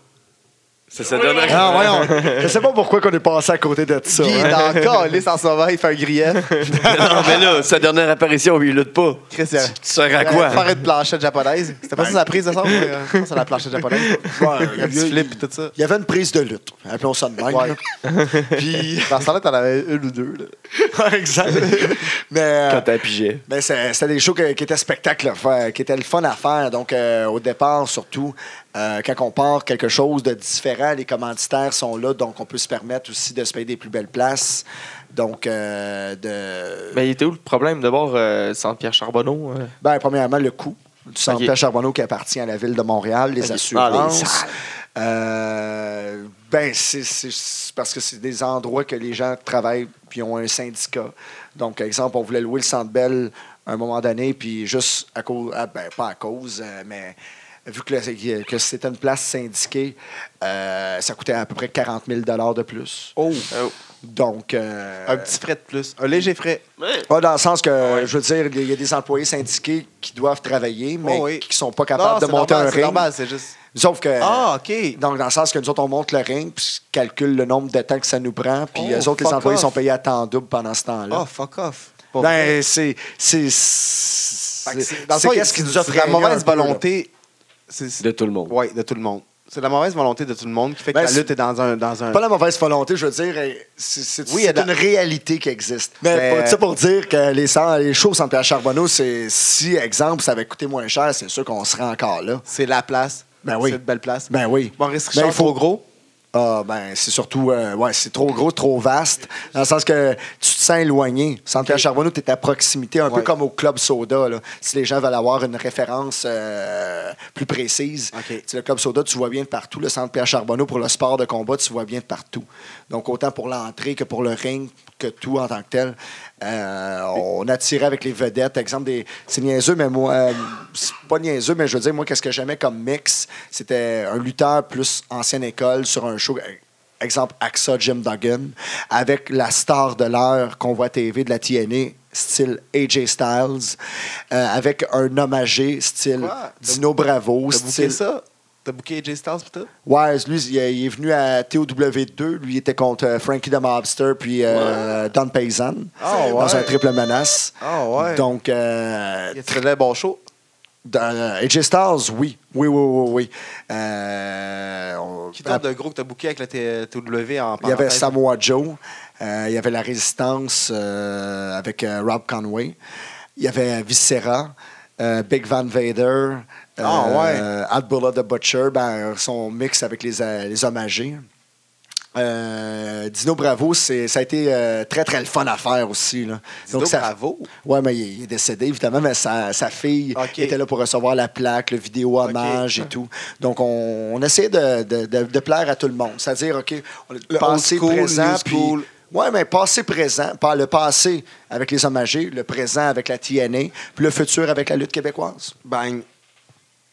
C: C'est sa dernière.
B: Ah, voyons. Je sais pas pourquoi qu'on est passé à côté de ça.
D: Guy il
B: hein.
D: est <laughs> encore lisse en sauvage, il fait un grief.
C: <laughs> non, mais là, sa dernière apparition, il lutte pas.
D: Christian.
C: Tu sers à
D: Il
C: quoi?
D: Faire une planchette japonaise. C'était pas ça sa prise de son? mais, euh, je pense que C'est la planchette japonaise.
B: Ouais,
D: Un petit
B: il, y a-
D: flip et tout <laughs> ça.
B: il y avait une prise de lutte. Appelons ça de même.
D: Ouais.
B: là. Puis,
D: Dans ce temps-là, t'en avais une ou deux. Là.
B: exact. Mais, euh,
C: Quand t'as pigé.
B: Ben, c'est- c'était des shows que- qui étaient spectacles, à faire, qui étaient le fun à faire. Donc, euh, au départ, surtout, euh, quand on part quelque chose de différent, les commanditaires sont là, donc on peut se permettre aussi de se payer des plus belles places. Donc, euh, de...
E: Mais il était où le problème de bord euh, Saint-Pierre Charbonneau? euh?
B: Ben, premièrement, le coût du centre
E: Ok.
B: Pierre Charbonneau qui appartient à la ville de Montréal, les
E: Ok. Ah, les
B: assurances.
E: salles.
B: Euh, ben, c'est- c'est c'est parce que c'est des endroits que les gens travaillent puis ont un syndicat. Donc, exemple, on voulait louer le Centre Bell à un moment donné, puis juste à cause, ah, ben, pas à cause, euh, mais vu que, le- que c'était une place syndiquée, euh, ça coûtait à peu près 40 000 de plus.
D: Oh.
B: Donc, euh,
D: Un petit frais de plus. Un léger frais.
B: pas Ah, dans le sens que, je veux dire, il y a des employés syndiqués qui doivent travailler, mais
D: Oh oui.
B: qui sont pas capables de monter
D: normal,
B: un
D: C'est
B: ring.
D: normal, c'est juste.
B: Sauf que.
D: Ah, OK.
B: Donc, dans le sens que nous autres, on monte le ring, puis on calcule le nombre de temps que ça nous prend, puis
D: Oh,
B: les autres, les
D: fuck
B: employés
D: off.
B: sont payés à temps double pendant ce temps-là.
D: Oh, fuck off. Pas vrai.
B: ben, c'est. C'est.
D: Fait
B: C'est
D: que c'est- dans le fond,
B: qu'est-ce qui
D: c'est-
B: nous a
D: c'est la
B: freiné un
D: mauvaise
B: peu, là.
D: volonté. c'est- c'est-
C: De tout le monde.
D: Ouais, de tout le monde. C'est la mauvaise volonté de tout le monde qui fait que
B: Ben,
D: la
B: c'est-
D: lutte est dans un. Dans un...
B: Pas la mauvaise volonté, je veux dire, euh, c'est c'est-
D: Oui,
B: c'est
D: elle a-
B: une réalité qui existe. Mais,
D: Mais-
B: pour- tu sais, pour dire que les, sans- les shows sans Pierre Charbonneau, c'est si, exemple, ça avait coûté moins cher, c'est sûr qu'on serait encore là.
D: C'est la place.
B: Ben oui.
D: C'est une belle place.
B: Ben oui.
D: Maurice
B: Ben,
D: Richard,
B: il faut-
D: trop gros.
B: Ah, ben, c'est surtout, euh, ouais, c'est trop gros, trop vaste, dans le sens que tu te sens éloigné. Sans Pierre Charbonneau, tu es à proximité, un
D: Ouais.
B: peu comme au Club Soda. là. Si les gens veulent avoir une référence euh, plus précise,
D: OK.
B: tu sais, le Club Soda, tu vois bien de partout. Le Centre Pierre Charbonneau, pour le sport de combat, tu vois bien de partout. Donc, autant pour l'entrée que pour le ring, que tout en tant que tel. Euh, on attirait avec les vedettes. Exemple, des... c'est niaiseux, mais moi, euh, c'est pas niaiseux, mais je veux dire, moi, qu'est-ce que j'aimais comme mix, c'était un lutteur plus ancienne école sur un show. euh, Exemple, AXA Jim Duggan, avec la star de l'heure qu'on voit à TV de la TNA, style AJ Styles, euh, avec un hommagé, style
D: Quoi?
B: Dino Bravo,
D: T'as booké
B: style
D: ça? T'as booké AJ Styles pis tout?
B: Ouais, lui, il est il est venu à TOW2. Lui, il était contre euh, Frankie the Mobster puis euh, Don Paysan
D: Ah ouais.
B: dans un triple menace.
D: Ah ouais.
B: Donc, euh,
D: Il a très bon show.
B: dans, euh, AJ Styles, oui. Oui, oui, oui, oui. Euh, on-
D: Qui tombe de gros que t'as booké avec la T- TW en
B: il y avait
D: parenthèse?
B: Samoa Joe, euh, il y avait La Résistance euh, avec euh, Rob Conway, il y avait Viscera, euh, Big Van Vader,
D: Ah,
B: Abdullah the Butcher, ben, son mix avec les, euh, les hommagés. Euh, Dino Bravo, c'est- ça a été euh, très très le fun à faire aussi. Là.
D: Dino
B: ça-
D: Bravo?
B: Ouais, mais il, il est décédé évidemment, mais sa, sa fille
D: Ok.
B: était là pour recevoir la plaque, le vidéo hommage et tout. Donc on, on essayait de, de- de- de plaire à tout le monde, c'est-à-dire ok, on,
D: Le old
B: passé,
D: school,
B: présent,
D: new
B: puis
D: school.
B: Ouais, mais passé, présent, par le passé avec les hommagés, le présent avec la TNA, puis le futur avec la lutte québécoise.
D: Bang.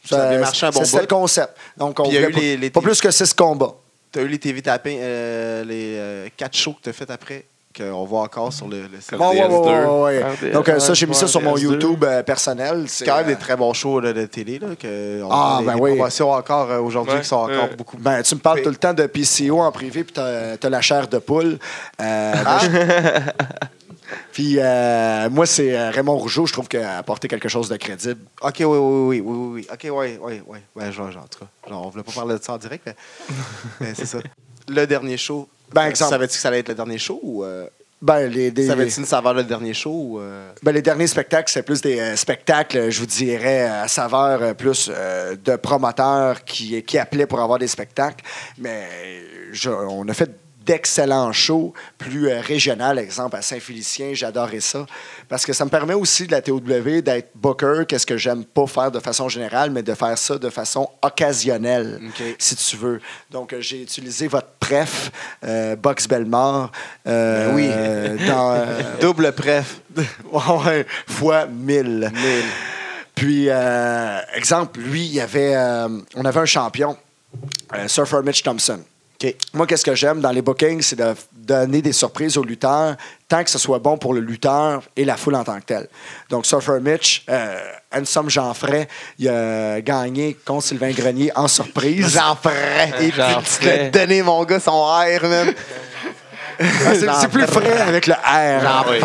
D: Ça,
B: Ben, Ça,
D: avait marché un bon
B: c'est- C'était le
D: bout.
B: concept. Donc, on
D: Puis il y a
B: voulait
D: eu
B: pas,
D: les- les
B: pas
D: TV.
B: plus que six combats.
D: T'as eu les TV tapés, euh, les euh, quatre shows que t'as fait après, qu'on voit encore sur le, le site.
C: Bon,
B: Ouais, ouais, ouais,
C: RDS2.
B: ouais, ouais.
E: RDS,
B: Donc, euh, ça, j'ai mis ça
E: ouais,
B: sur mon
E: RDS2.
B: YouTube euh, personnel.
D: C'est
B: C'est
D: quand même
B: euh,
D: des très bons shows là, de télé. Là, que on
B: Ah,
D: a des,
B: ben
D: des
B: oui.
D: promotions encore euh, aujourd'hui
E: Ouais,
D: qui sont encore
E: ouais.
D: beaucoup.
B: Ben, tu me parles
D: Oui.
B: tout le temps de PCO en privé, puis t'as t'as la chair de poule. <laughs> Euh, ben, je- puis euh, moi, c'est euh, Raymond Rougeau, je trouve qu'elle a apporté quelque chose de crédible.
D: Ok, oui, oui, oui, oui, oui, oui. Ok, oui, oui, oui. Ben, genre, genre, en tout cas, genre, on voulait pas parler de ça en direct,
B: <laughs>
D: mais, mais c'est ça. Le dernier show.
B: Ben, exemple.
D: Savais-tu que ça allait être le dernier show ou. euh,
B: Ben, les, des-
D: Savais-tu une saveur le dernier show ou. euh,
B: ben, les derniers spectacles, c'est plus des euh, spectacles, je vous dirais, à saveur euh, plus euh, de promoteurs qui, qui appelaient pour avoir des spectacles. Mais je- on a fait d'excellents shows, plus euh, régional, exemple à Saint-Félicien, j'adorais ça, parce que ça me permet aussi de la TOW d'être booker, qu'est-ce que j'aime pas faire de façon générale, mais de faire ça de façon occasionnelle,
D: OK.
B: si tu veux. Donc, euh, j'ai utilisé votre pref, euh, Box Bellemare, euh,
D: Ben oui.
B: euh, dans...
D: <laughs>
B: euh,
D: Double pref.
B: <laughs> Ouais, fois 1000.
D: Mille.
B: Puis, euh, exemple, lui, il y avait, euh, on avait un champion, euh, Surfer Mitch Thompson.
D: OK.
B: Moi, qu'est-ce que j'aime dans les bookings, c'est de donner des surprises aux lutteurs, tant que ce soit bon pour le lutteur et la foule en tant que telle. Donc, Surfer Mitch, euh, Anselme Jeanfray, il a gagné contre Sylvain Grenier en surprise.
D: J'en ferais. Et puis,
E: J'en
D: tu t'es
E: ferais.
D: donné, mon gars, son air, même.
B: Ah, c'est- C'est plus frais avec le R.
D: J'en
B: Ouais.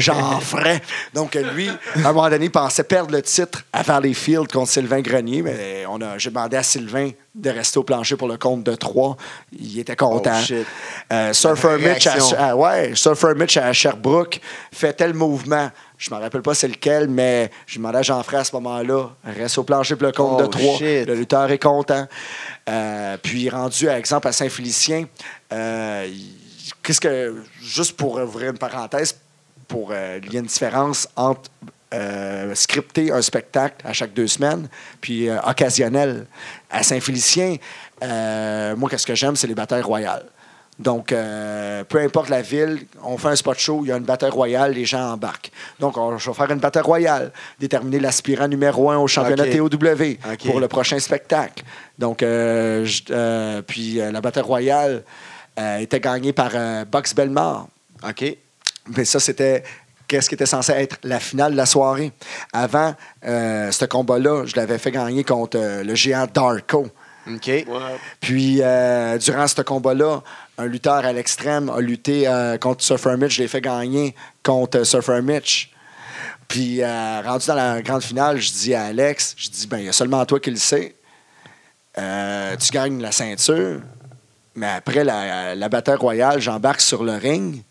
B: J'en ferais. Donc, euh, lui, à un moment donné, il pensait perdre le titre à Valley Field contre Sylvain Grenier, mais on a, j'ai demandé à Sylvain de rester au plancher pour le compte de 3. Il était content.
D: Oh, shit.
B: Euh, Surfer, Mitch à,
D: Réaction.
B: à- ouais, Surfer Mitch à Sherbrooke fait tel mouvement. Je me rappelle pas c'est lequel, mais je demandais à Jean-Frère à ce moment-là, reste au plancher pour le compte
D: Oh,
B: de 3.
D: shit.
B: Le lutteur est content. Euh, puis rendu, par exemple, à Saint-Félicien, euh, il- qu'est-ce que. Juste pour ouvrir une parenthèse, pour, euh, il y a une différence entre euh, scripter un spectacle à chaque deux semaines, puis euh, occasionnel. À Saint-Félicien, euh, moi, qu'est-ce que j'aime, c'est les batailles royales. Donc, euh, peu importe la ville, on fait un spot show, il y a une bataille royale, les gens embarquent. Donc, on, je vais faire une bataille royale, déterminer l'aspirant numéro un au championnat
D: Ok.
B: TOW
D: Ok.
B: pour le prochain spectacle. Donc, euh, je- euh, puis euh, la bataille royale euh, était gagnée par euh, Box Bellemare.
D: OK.
B: Mais ça, c'était qu'est-ce qui était censé être la finale de la soirée. Avant, euh, ce combat-là, je l'avais fait gagner contre euh, le géant Darko.
D: OK.
B: Puis, euh, durant ce combat-là, un lutteur à l'extrême a lutté euh, contre Surfer Mitch. Je l'ai fait gagner contre euh, Surfer Mitch. Puis, euh, rendu dans la grande finale, je dis à Alex, je dis, ben, il y a seulement toi qui le sais. Euh, tu gagnes la ceinture. Mais après la, la bataille royale, j'embarque sur le ring.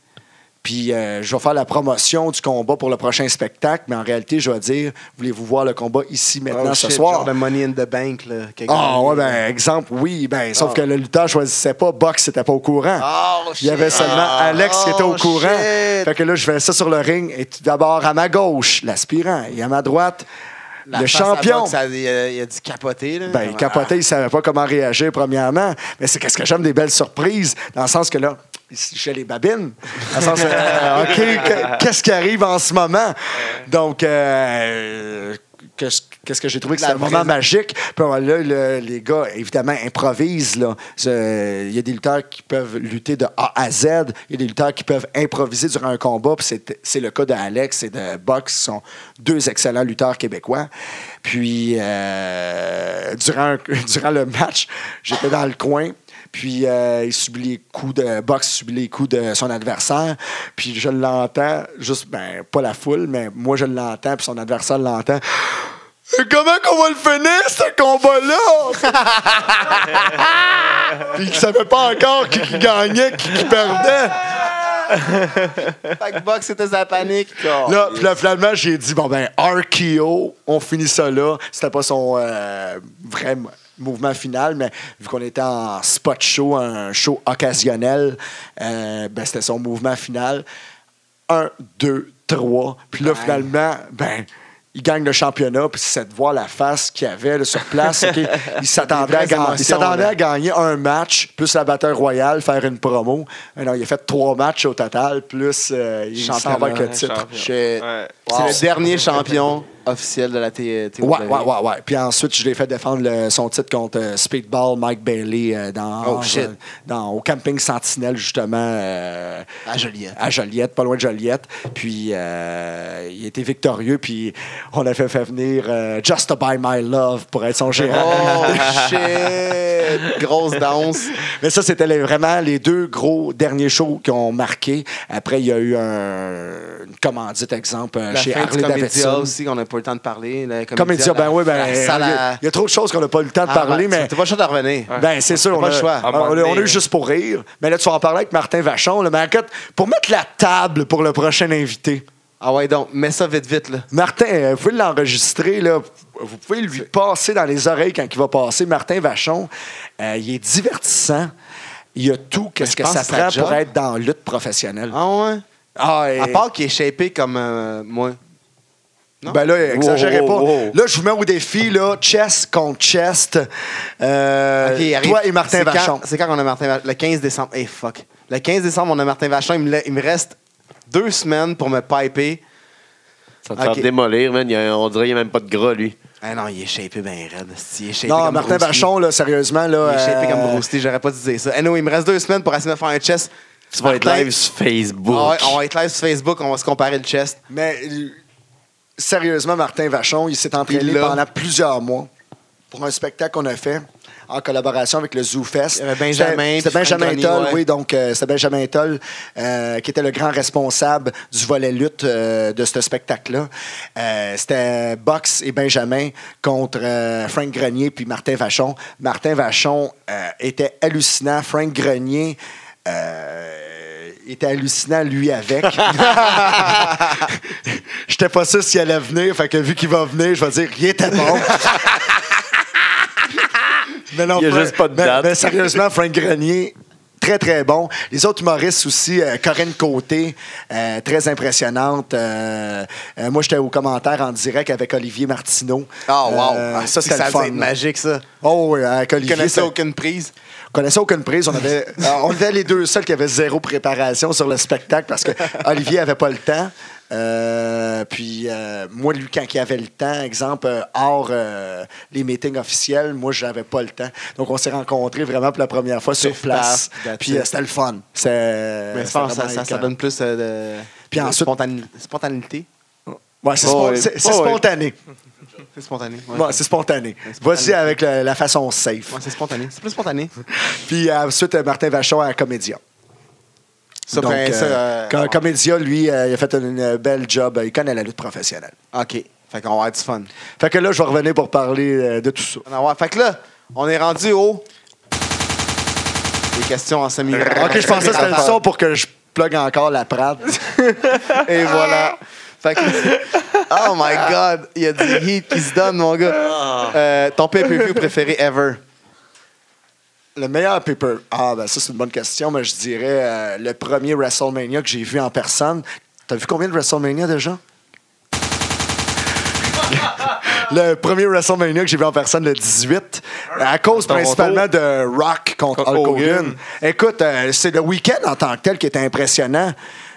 B: Puis, euh, je vais faire la promotion du combat pour le prochain spectacle. Mais en réalité, je vais dire, voulez-vous voir le combat ici, maintenant,
D: Oh,
B: ce
D: shit,
B: soir?
D: Genre de Money in the Bank, là. quelque
B: Ah,
D: chose.
B: ouais, ben, exemple, oui. Ben, sauf
D: Ah.
B: que le lutteur choisissait pas. Box n'était pas au courant.
D: Oh,
B: Il y avait
D: shit.
B: seulement
D: Ah,
B: Alex qui était au
D: oh,
B: courant.
D: shit.
B: Fait que là, je fais ça sur le ring. Et tout d'abord, à ma gauche, l'aspirant. Et à ma droite,
D: La
B: le
D: face à
B: champion.
D: boxe, ça- Il a, il a dû capoter, là.
B: Ben, il capotait, il savait pas comment réagir, premièrement. Mais c'est qu'est-ce que j'aime des belles surprises, dans le sens que là, j'ai les babines. Dans le sens,
D: <laughs>
B: euh, OK, que- qu'est-ce qui arrive en ce moment? Donc, euh, qu'est-ce qu'est-ce que j'ai trouvé que
D: La
B: c'était un moment
D: prise-
B: magique? Puis euh, là, le- les gars, évidemment, improvisent. là. C'est- Il y a des lutteurs qui peuvent lutter de A à Z. Il y a des lutteurs qui peuvent improviser durant un combat. Puis c'est- c'est le cas de Alex et de Box, qui sont deux excellents lutteurs québécois. Puis, euh, durant, <laughs> durant le match, j'étais dans le coin. Puis euh, il subit les coups de boxe, subit les coups de son adversaire. Puis je l'entends, juste, ben, pas la foule, mais moi je l'entends, puis son adversaire l'entend. Comment qu'on va le finir, ce combat-là? Puis il savait pas encore qui, qui gagnait, qui, qui perdait.
D: Ah, Fait que Box, c'était sa panique.
B: Là, puis là, finalement, j'ai dit, bon, ben, RKO, on finit ça là. C'était pas son euh, vrai m- mouvement final, mais vu qu'on était en spot show, un show occasionnel, euh, ben, c'était son mouvement final. Un, deux, trois. Puis là, finalement, ben, il gagne le championnat, puis c'est de voir la face qu'il avait là, sur place. ok,
D: <laughs>
B: il s'attendait
D: Des
B: à,
D: vraies
B: gagner- il
D: émotions,
B: s'attendait
D: là.
B: à gagner un match, plus la bataille royale, faire une promo. Mais non, il a fait trois matchs au total, plus euh, il s'en va avec le
E: Championnat,
B: titre.
E: champion.
D: Shit.
E: Ouais.
D: C'est le dernier champion officiel de la T- TOW.
B: Ouais, ouais, ouais, ouais. Puis ensuite, je l'ai fait défendre le- son titre contre euh, Speedball Mike Bailey euh, dans,
D: Oh, shit.
B: euh, dans- au camping Sentinelle, justement. euh,
D: À Joliette.
B: À Joliette, pas loin de Joliette. Puis euh, il était victorieux. Puis on a fait, fait venir euh, Just to Buy My Love pour être son gérant.
D: Oh
B: <laughs>
D: shit! Grosse danse.
B: Mais ça, c'était les- vraiment les deux gros derniers shows qui ont marqué. Après, il y a eu un, une commandite, exemple, euh,
D: La
B: chez
D: fin
B: Harley
D: du Comédia
B: Davidson.
D: aussi, qu'on n'a pas eu le temps de parler. la
B: Comme il dit, ben
D: la-
B: oui, ben,
D: la
B: il y,
D: salle
B: a-
D: à-
B: il y a trop de choses qu'on n'a pas eu le temps de parler,
D: Ah,
B: mais
D: T'as pas le choix de revenir.
B: Ben, c'est sûr, on
D: pas
B: a,
D: le choix.
B: on, on a- on a eu juste pour rire. Mais là, tu vas en parler avec Martin Vachon. Là, mais en fait, pour mettre la table pour le prochain invité,
D: Ah ouais, donc, mets ça vite, vite, là.
B: Martin, euh, vous pouvez l'enregistrer. là. Vous pouvez lui passer dans les oreilles quand il va passer. Martin Vachon, euh, il est divertissant. Il a tout
D: je
B: qu'est-ce que
D: pense
B: ça
D: que c'est sa
B: prend pour
D: job.
B: être dans la lutte professionnelle.
D: Ah ouais?
B: Ah, et-
D: À part qu'il est shapé comme euh, moi. non?
B: Ben là, exagérez
C: wow,
B: pas.
C: wow.
B: Là, je vous mets au défi, là, chest contre chest. Euh,
D: Ok, il arrive.
B: toi et Martin
D: C'est quand-
B: Vachon.
D: C'est quand on a Martin Vachon? Le 15 décembre. Hey, fuck. Le 15 décembre, on a Martin Vachon. Il me, la- il me reste deux semaines pour me piper.
C: Ça te
D: Ok.
C: fait démolir, man. Il y a- on dirait qu'il n'y a même pas de gras, lui.
D: Ah non, il est shapé ben raide. hostie. Il est shapé
B: Non,
D: comme
B: Martin
D: Bruce Lee.
B: Vachon, là, sérieusement, là.
D: Il est shapé
B: euh,
D: comme Bruce Lee, j'aurais pas dû dire ça. Anyway, il me reste deux semaines pour essayer de faire un chest.
C: Tu vas être
D: Martin-
C: live sur Facebook.
D: Ah ouais, on va être live sur Facebook, on va se comparer le chest.
B: Mais euh, sérieusement, Martin Vachon, il s'est entraîné
D: Il l'a.
B: pendant plusieurs mois pour un spectacle qu'on a fait en collaboration avec le Zoo Fest.
D: Il y avait Benjamin,
B: C'était- C'était
D: puis
B: Benjamin
D: Frank Grenier,
B: Toll,
D: ouais.
B: oui, donc euh, c'était Benjamin Toll euh, qui était le grand responsable du volet lutte euh, de ce spectacle-là. Euh, c'était Box et Benjamin contre euh, Frank Grenier puis Martin Vachon. Martin Vachon euh, était hallucinant. Frank Grenier euh, était hallucinant lui avec.
D: <laughs>
B: J'étais pas sûr s'il allait venir, fait que vu qu'il va venir, je vais dire qu'il était bon. mais non,
C: Il y a
B: Frank-
C: juste pas de
B: mais-
C: date.
B: mais sérieusement, Frank Grenier, très, très bon. Les autres humoristes aussi, euh, Corinne Côté, euh, très impressionnante. Euh, euh, moi, j'étais au commentaire en direct avec Olivier Martineau.
D: Ah, wow!
B: Euh,
D: Ah, ça,
B: ça, c'était le
D: ça
B: fun.
D: va être magique, ça.
B: Oh, oui, avec
D: Je
B: Olivier.
D: connaissais
B: ça-
D: aucune prise.
B: connaissait aucune prise.
D: <laughs>
B: On avait, euh, on était les deux seuls qui avaient zéro préparation sur le spectacle parce
D: <laughs>
B: que Olivier avait pas le temps. Euh, puis euh, moi, lui, quand il avait le temps, exemple, euh, hors euh, les meetings officiels, moi, j'avais pas le temps. Donc, on s'est rencontrés vraiment pour la première fois sur
D: Pif,
B: place.
D: paf, that's
B: Puis euh,
D: it.
B: c'était le fun. C'est-
D: Mais je
B: c'est
D: pense que ça,
B: vraiment
D: ça- ça
B: écœurant.
D: donne plus euh, de,
B: Puis
D: de
B: ensuite-
D: spontane- spontanéité.
B: Ouais, c'est
C: Oh,
B: spon-
C: ouais.
B: c'est- c'est
C: Oh, ouais.
B: spontané.
D: C'est spontané. ouais.
B: Ouais, c'est spontané.
D: Ouais, spontané.
B: Vas-y avec la, la façon safe.
D: Ouais, c'est spontané. C'est plus spontané.
B: Puis euh, ensuite, euh, Martin Vachon à Comédia.
D: Ça,
B: Donc,
D: ben, ça,
B: euh,
D: euh,
B: Co-
D: on-
B: Comédia, lui, euh, il a fait une, une belle job. Il connaît la lutte professionnelle.
D: OK. Fait qu'on va avoir du fun.
B: Fait que là, je vais revenir pour parler euh, de tout ça.
D: On va avoir- Ah, Fait que là, on est rendu au... Des questions en semi
B: OK, je pensais que c'était le son pour que je plug encore la prate.
D: <laughs> Et voilà. Fait que, <laughs> oh my God, il y a du heat qui se donne, mon gars. Euh, ton
B: <laughs>
D: pay-per-view préféré ever?
B: Le meilleur paper. Ah, ben ça, c'est une bonne question, mais je dirais euh, le premier WrestleMania que j'ai vu en personne. T'as vu combien de WrestleMania déjà? <laughs> le premier WrestleMania que j'ai vu en personne, le 18, à cause
E: Toronto.
B: principalement de Rock contre
E: Contre
B: Hulk Hogan.
E: Hogan.
B: Écoute, euh, c'est le week-end en tant que tel qui était impressionnant,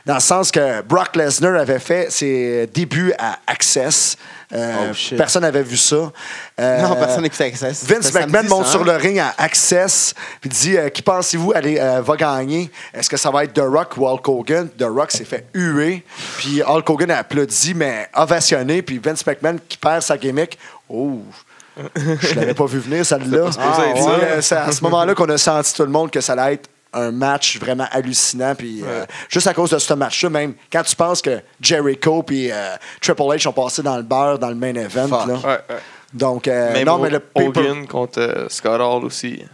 B: dans le sens que Brock Lesnar avait fait ses débuts à Access. Euh,
D: Oh, shit.
B: personne n'avait vu ça. Euh,
D: non, personne n'écoute Access.
B: Vince
D: C'était
B: McMahon
D: samedi,
B: monte
D: ça,
B: sur
D: hein?
B: le ring à Access puis dit euh, qui pensez-vous allez, euh, va gagner Est-ce que ça va être The Rock ou Hulk Hogan The Rock s'est fait huer, puis Hulk Hogan a applaudi mais ovationné, puis Vince McMahon qui perd sa gimmick. Oh je l'avais pas vu venir celle-là.
E: pas supposé
B: Ah,
E: être ça.
B: ouais, euh, C'est à ce moment-là qu'on a senti tout le monde que ça allait être un match vraiment hallucinant. Puis, euh, juste à cause de ce match-là, même quand tu penses que Jericho et Triple H ont passé dans le beurre, dans le main event.
D: Fuck.
B: là.
E: Ouais, ouais.
B: Donc, euh,
E: Même
B: non, mais le paper-
E: Hogan contre euh, Scott Hall aussi,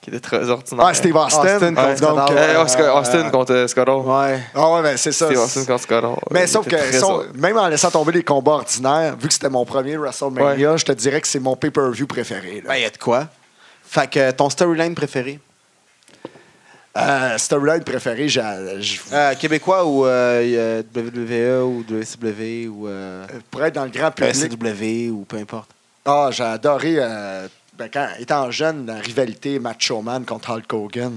E: qui était très ordinaire.
B: Ah, Steve Austin.
D: Austin contre
B: Ouais.
D: Scott
B: Donc,
D: Hall.
B: euh,
E: Eh, Oscar- Austin contre euh, Scott Hall.
D: Ouais.
B: Ah ouais, ben c'est ça.
E: Steve Austin contre Scott Hall.
B: Mais
E: Il
B: sauf
E: était
B: que
E: très
B: sauf-
E: or-
B: même en laissant tomber les combats ordinaires, vu que c'était mon premier WrestleMania, je te dirais que c'est mon pay-per-view préféré. là.
D: Ben, il y a de quoi. Fait que euh, ton storyline préféré?
B: Euh, storyline préférée, j'ai- je-
D: Euh, Québécois ou euh, y a WWE ou WCW ou euh,
B: pour être dans le grand
E: Ben,
B: public,
D: SCW ou peu importe.
B: ah, j'ai adoré, euh, ben, quand, étant jeune, la rivalité Macho Man contre Hulk Hogan.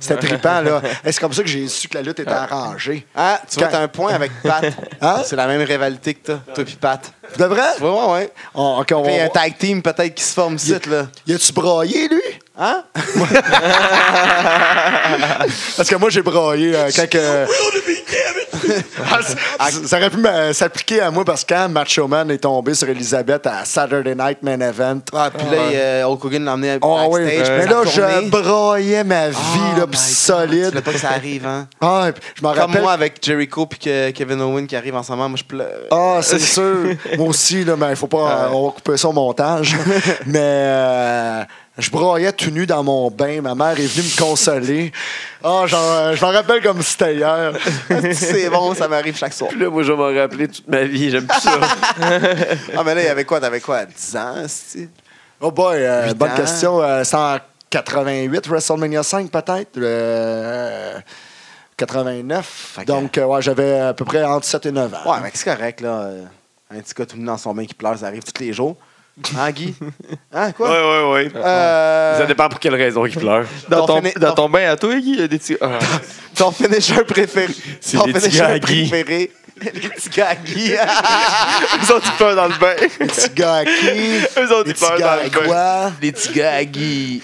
B: C'était trippant,
E: <laughs>
B: là. Et C'est comme ça que j'ai su que la lutte était arrangée.
D: Ah, tu vois,
B: Quand-
D: t'as un point avec Pat.
B: Hein?
D: C'est la même rivalité que toi, toi puis Pat.
B: De vrai?
D: Ouais, ouais, ouais.
B: On, ok, on-
D: Puis euh, il y a un tag team peut-être qui se forme ici, là.
B: Y a-tu braillé, lui?
D: Hein?
B: <laughs> Parce que moi, j'ai braillé euh, quand que- Ah, c- c- ça aurait pu m'a- s'appliquer à moi parce que quand Macho Man est tombé sur Elisabeth à Saturday Night Main Event.
D: Ah, puis là, il, euh, Hulk Hogan l'a emmené à
B: Oh oui,
D: backstage. puis
B: mais
D: ça
B: là,
D: a tourné.
B: je braillais ma vie,
D: Oh
B: là,
D: my
B: pis
D: God, Tu veux
B: solide.
D: pas que ça arrive, <laughs> hein?
B: Ah, et puis je m'en
D: Comme
B: rappelle.
D: moi avec Jericho puis que Kevin Owen qui arrive en ce moment, moi je <laughs> pleure.
B: Ah, c'est sûr. Moi aussi, là, mais il faut pas. On va couper ça
D: <laughs>
B: au montage. mais euh, je broyais tout nu dans mon bain. Ma mère est venue me consoler. Ah, j'en- je m'en rappelle comme si c'était hier.
D: c'est bon, ça m'arrive chaque soir.
C: Puis là, moi, je vais m'en rappeler toute ma vie. J'aime plus ça.
D: Ah, mais là, il y avait quoi? T'avais quoi? 10 ans, c'est-tu?
B: Oh boy, euh,
D: Huit
B: bonne
D: ans.
B: question. Euh, c'est en 88, WrestleMania 5 peut-être. Euh, 89.
D: Fait que-
B: Donc, euh, ouais, j'avais à peu près entre 7 et 9 ans.
D: Ouais, mais c'est correct, là. euh, Un petit gars tout nu dans son bain qui pleure, ça arrive tous les jours. Hein, <laughs> Guy? Hein,
C: Ouais,
D: quoi?
C: ouais, ouais.
D: Euh,
C: Ça dépend pour quelle raison qu'il pleure.
E: Dans
D: Ton
E: ton,
D: fini-
E: dans
D: ton-
E: ton bain à toi, Guy, il y a des petits. <laughs> Ah.
D: Ton finisher <laughs> préféré.
C: C'est
D: Ton
C: les petits
D: finisher
C: gars à Guy.
D: préféré. <laughs> Les petits gars à Guy. hein.
E: Ils ont du peur dans le
B: <laughs>
E: bain.
B: Petit gars
D: <laughs>
B: à qui?
E: Ils ont
B: Des
E: du
B: petits
E: peur
B: gars
E: dans
B: à
E: le bain.
B: quoi?
D: Les petits gars à Guy.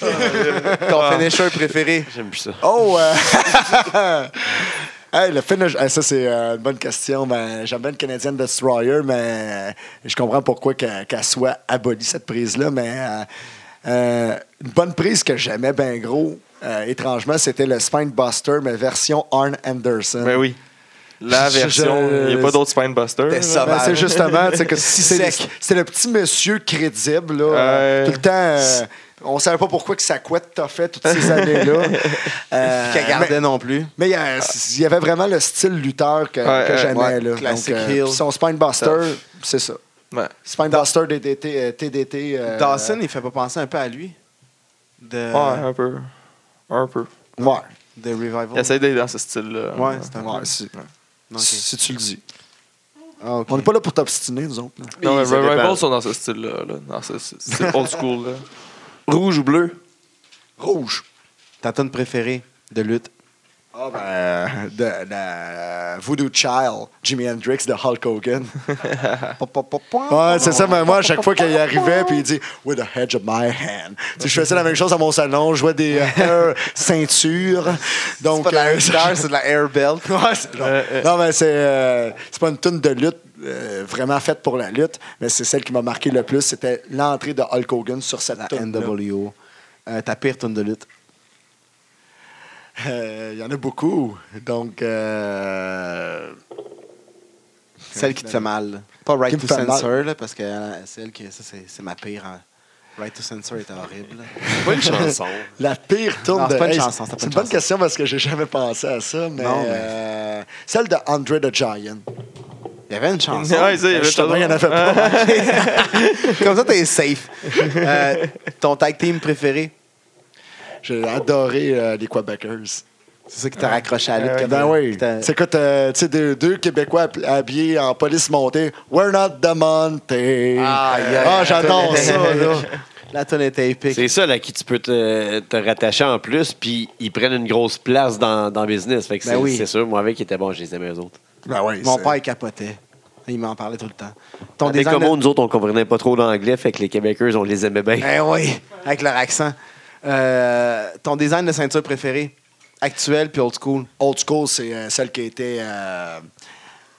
D: Ton finisher préféré.
C: J'aime plus ça.
B: Oh! euh, <laughs> hey, le finish. hey, ça, c'est euh, une bonne question. Ben, J'aime bien le Canadian Destroyer, mais euh, je comprends pourquoi qu'elle qu'elle soit abolie, cette prise-là. Mais euh, euh, une bonne prise que j'aimais bien gros, euh, étrangement, c'était le Spinebuster, mais version Arn Anderson.
E: Ben oui. La
B: Je- je-
E: version. Il n'y a pas d'autre Spinebuster.
D: T'es
E: là.
D: ça.
B: Ben, c'est justement, tu sais, que si c'est
D: Sec.
B: c'est le petit monsieur crédible, là,
E: Ouais.
B: tout le temps, euh, on savait pas pourquoi que sa couette t'a fait toutes ces
E: <laughs>
B: années-là. Euh,
D: Qu'à
B: mais-
D: garder non plus.
B: mais il y a- il y, avait vraiment le style lutteur que,
E: Ouais,
B: que
E: ouais,
B: j'aimais.
D: ouais,
B: là.
D: classic
B: Donc, euh,
D: heel.
B: puis son Spinebuster, c'est ça.
E: Ouais.
B: Spinebuster, DDT, euh, TDT. euh,
D: Dawson, il fait pas penser un peu à lui. De,
E: Ouais, un peu. Un peu.
B: Ouais,
D: de Revival.
E: Il essaie d'être dans ce style-là.
D: Ouais, c'est un
B: ouais, si,
D: Ok.
B: si tu le dis.
D: Ah, ok.
B: On n'est pas là pour t'obstiner, nous autres. là.
E: Non, mais
C: Ça dépend.
E: Revival sont dans ce style-là. là. Dans ce ce style old school-là.
C: Rouge ou bleu?
B: Rouge.
D: Ta tonne préférée de lutte.
B: Ah ben, euh, de, de, euh, Voodoo Child, Jimi Hendrix de Hulk Hogan. Ouais, c'est ça, mais moi, à chaque fois qu'il arrivait, puis il dit With a hedge of my hand. Tu sais, je faisais la même chose à mon salon, je jouais des <laughs> euh, ceintures.
D: C'est
B: Donc,
D: pas de la
B: euh,
D: Air
B: <laughs>
D: Star, c'est de la Air <laughs> Belt.
B: Ouais, c'est- non. euh, Non, mais c'est euh, c'est pas une tune de lutte euh, vraiment faite pour la lutte, mais c'est celle qui m'a marqué le plus. C'était l'entrée de Hulk Hogan sur cette
D: La
B: tune.
D: NWO. Euh, ta pire tonne de lutte.
B: Euh, Il y en a beaucoup. Donc, euh,
D: Celle qui te fait mal. là. Pas Right
B: Qui
D: to
B: me fait mal.
D: Censor, là, parce que euh, celle qui. Ça, c'est c'est ma pire. hein. Right to Censor est horrible. là.
F: pas une chanson.
B: <laughs> la pire tune
D: Non,
B: de
D: c'est pas une
B: Hey,
D: chanson, c'est pas
B: C'est
D: une
B: une bonne
D: chanson.
B: question parce que j'ai jamais pensé à ça, mais,
D: Non, mais-
B: euh, celle de Andre the Giant. Ben,
D: Il y avait une chanson.
E: Ouais, ça, il y avait
B: Euh, Justement, il y en a fait pas. <laughs>
D: Comme ça, t'es safe. Euh, ton tag team préféré.
B: J'ai adoré euh, les Quebecers.
D: C'est ça qui t'a raccroché à la lutte.
E: Ouais,
D: que
B: Ben
D: t'as-
B: oui.
D: que t'as-
B: C'est quoi, t'as- tu sais, deux, deux Québécois hab- habillés en police montée. We're not the Monte.
D: Ah,
B: Ah,
D: yeah.
B: j'adore ça, là.
D: <laughs> La tonne était épique.
C: Euh, C'est ça là, à qui tu peux te, te rattacher en plus, puis ils prennent une grosse place dans, dans le business. Fait que
D: Ben
C: c'est
D: oui.
C: c'est sûr, moi avec, ils étaient bons, je les aimais eux autres.
B: Ben oui.
D: Mon
B: c'est-
D: père, il capotait. Il m'en parlait tout le temps. Ton
C: Avec
D: design
C: comme nous autres, on comprenait pas trop l'anglais, fait que les Québécois, on les aimait bien.
D: Eh oui, avec leur accent. Euh, ton design de ceinture préféré, actuel puis old school.
B: Old School, c'est euh, celle qui a été euh,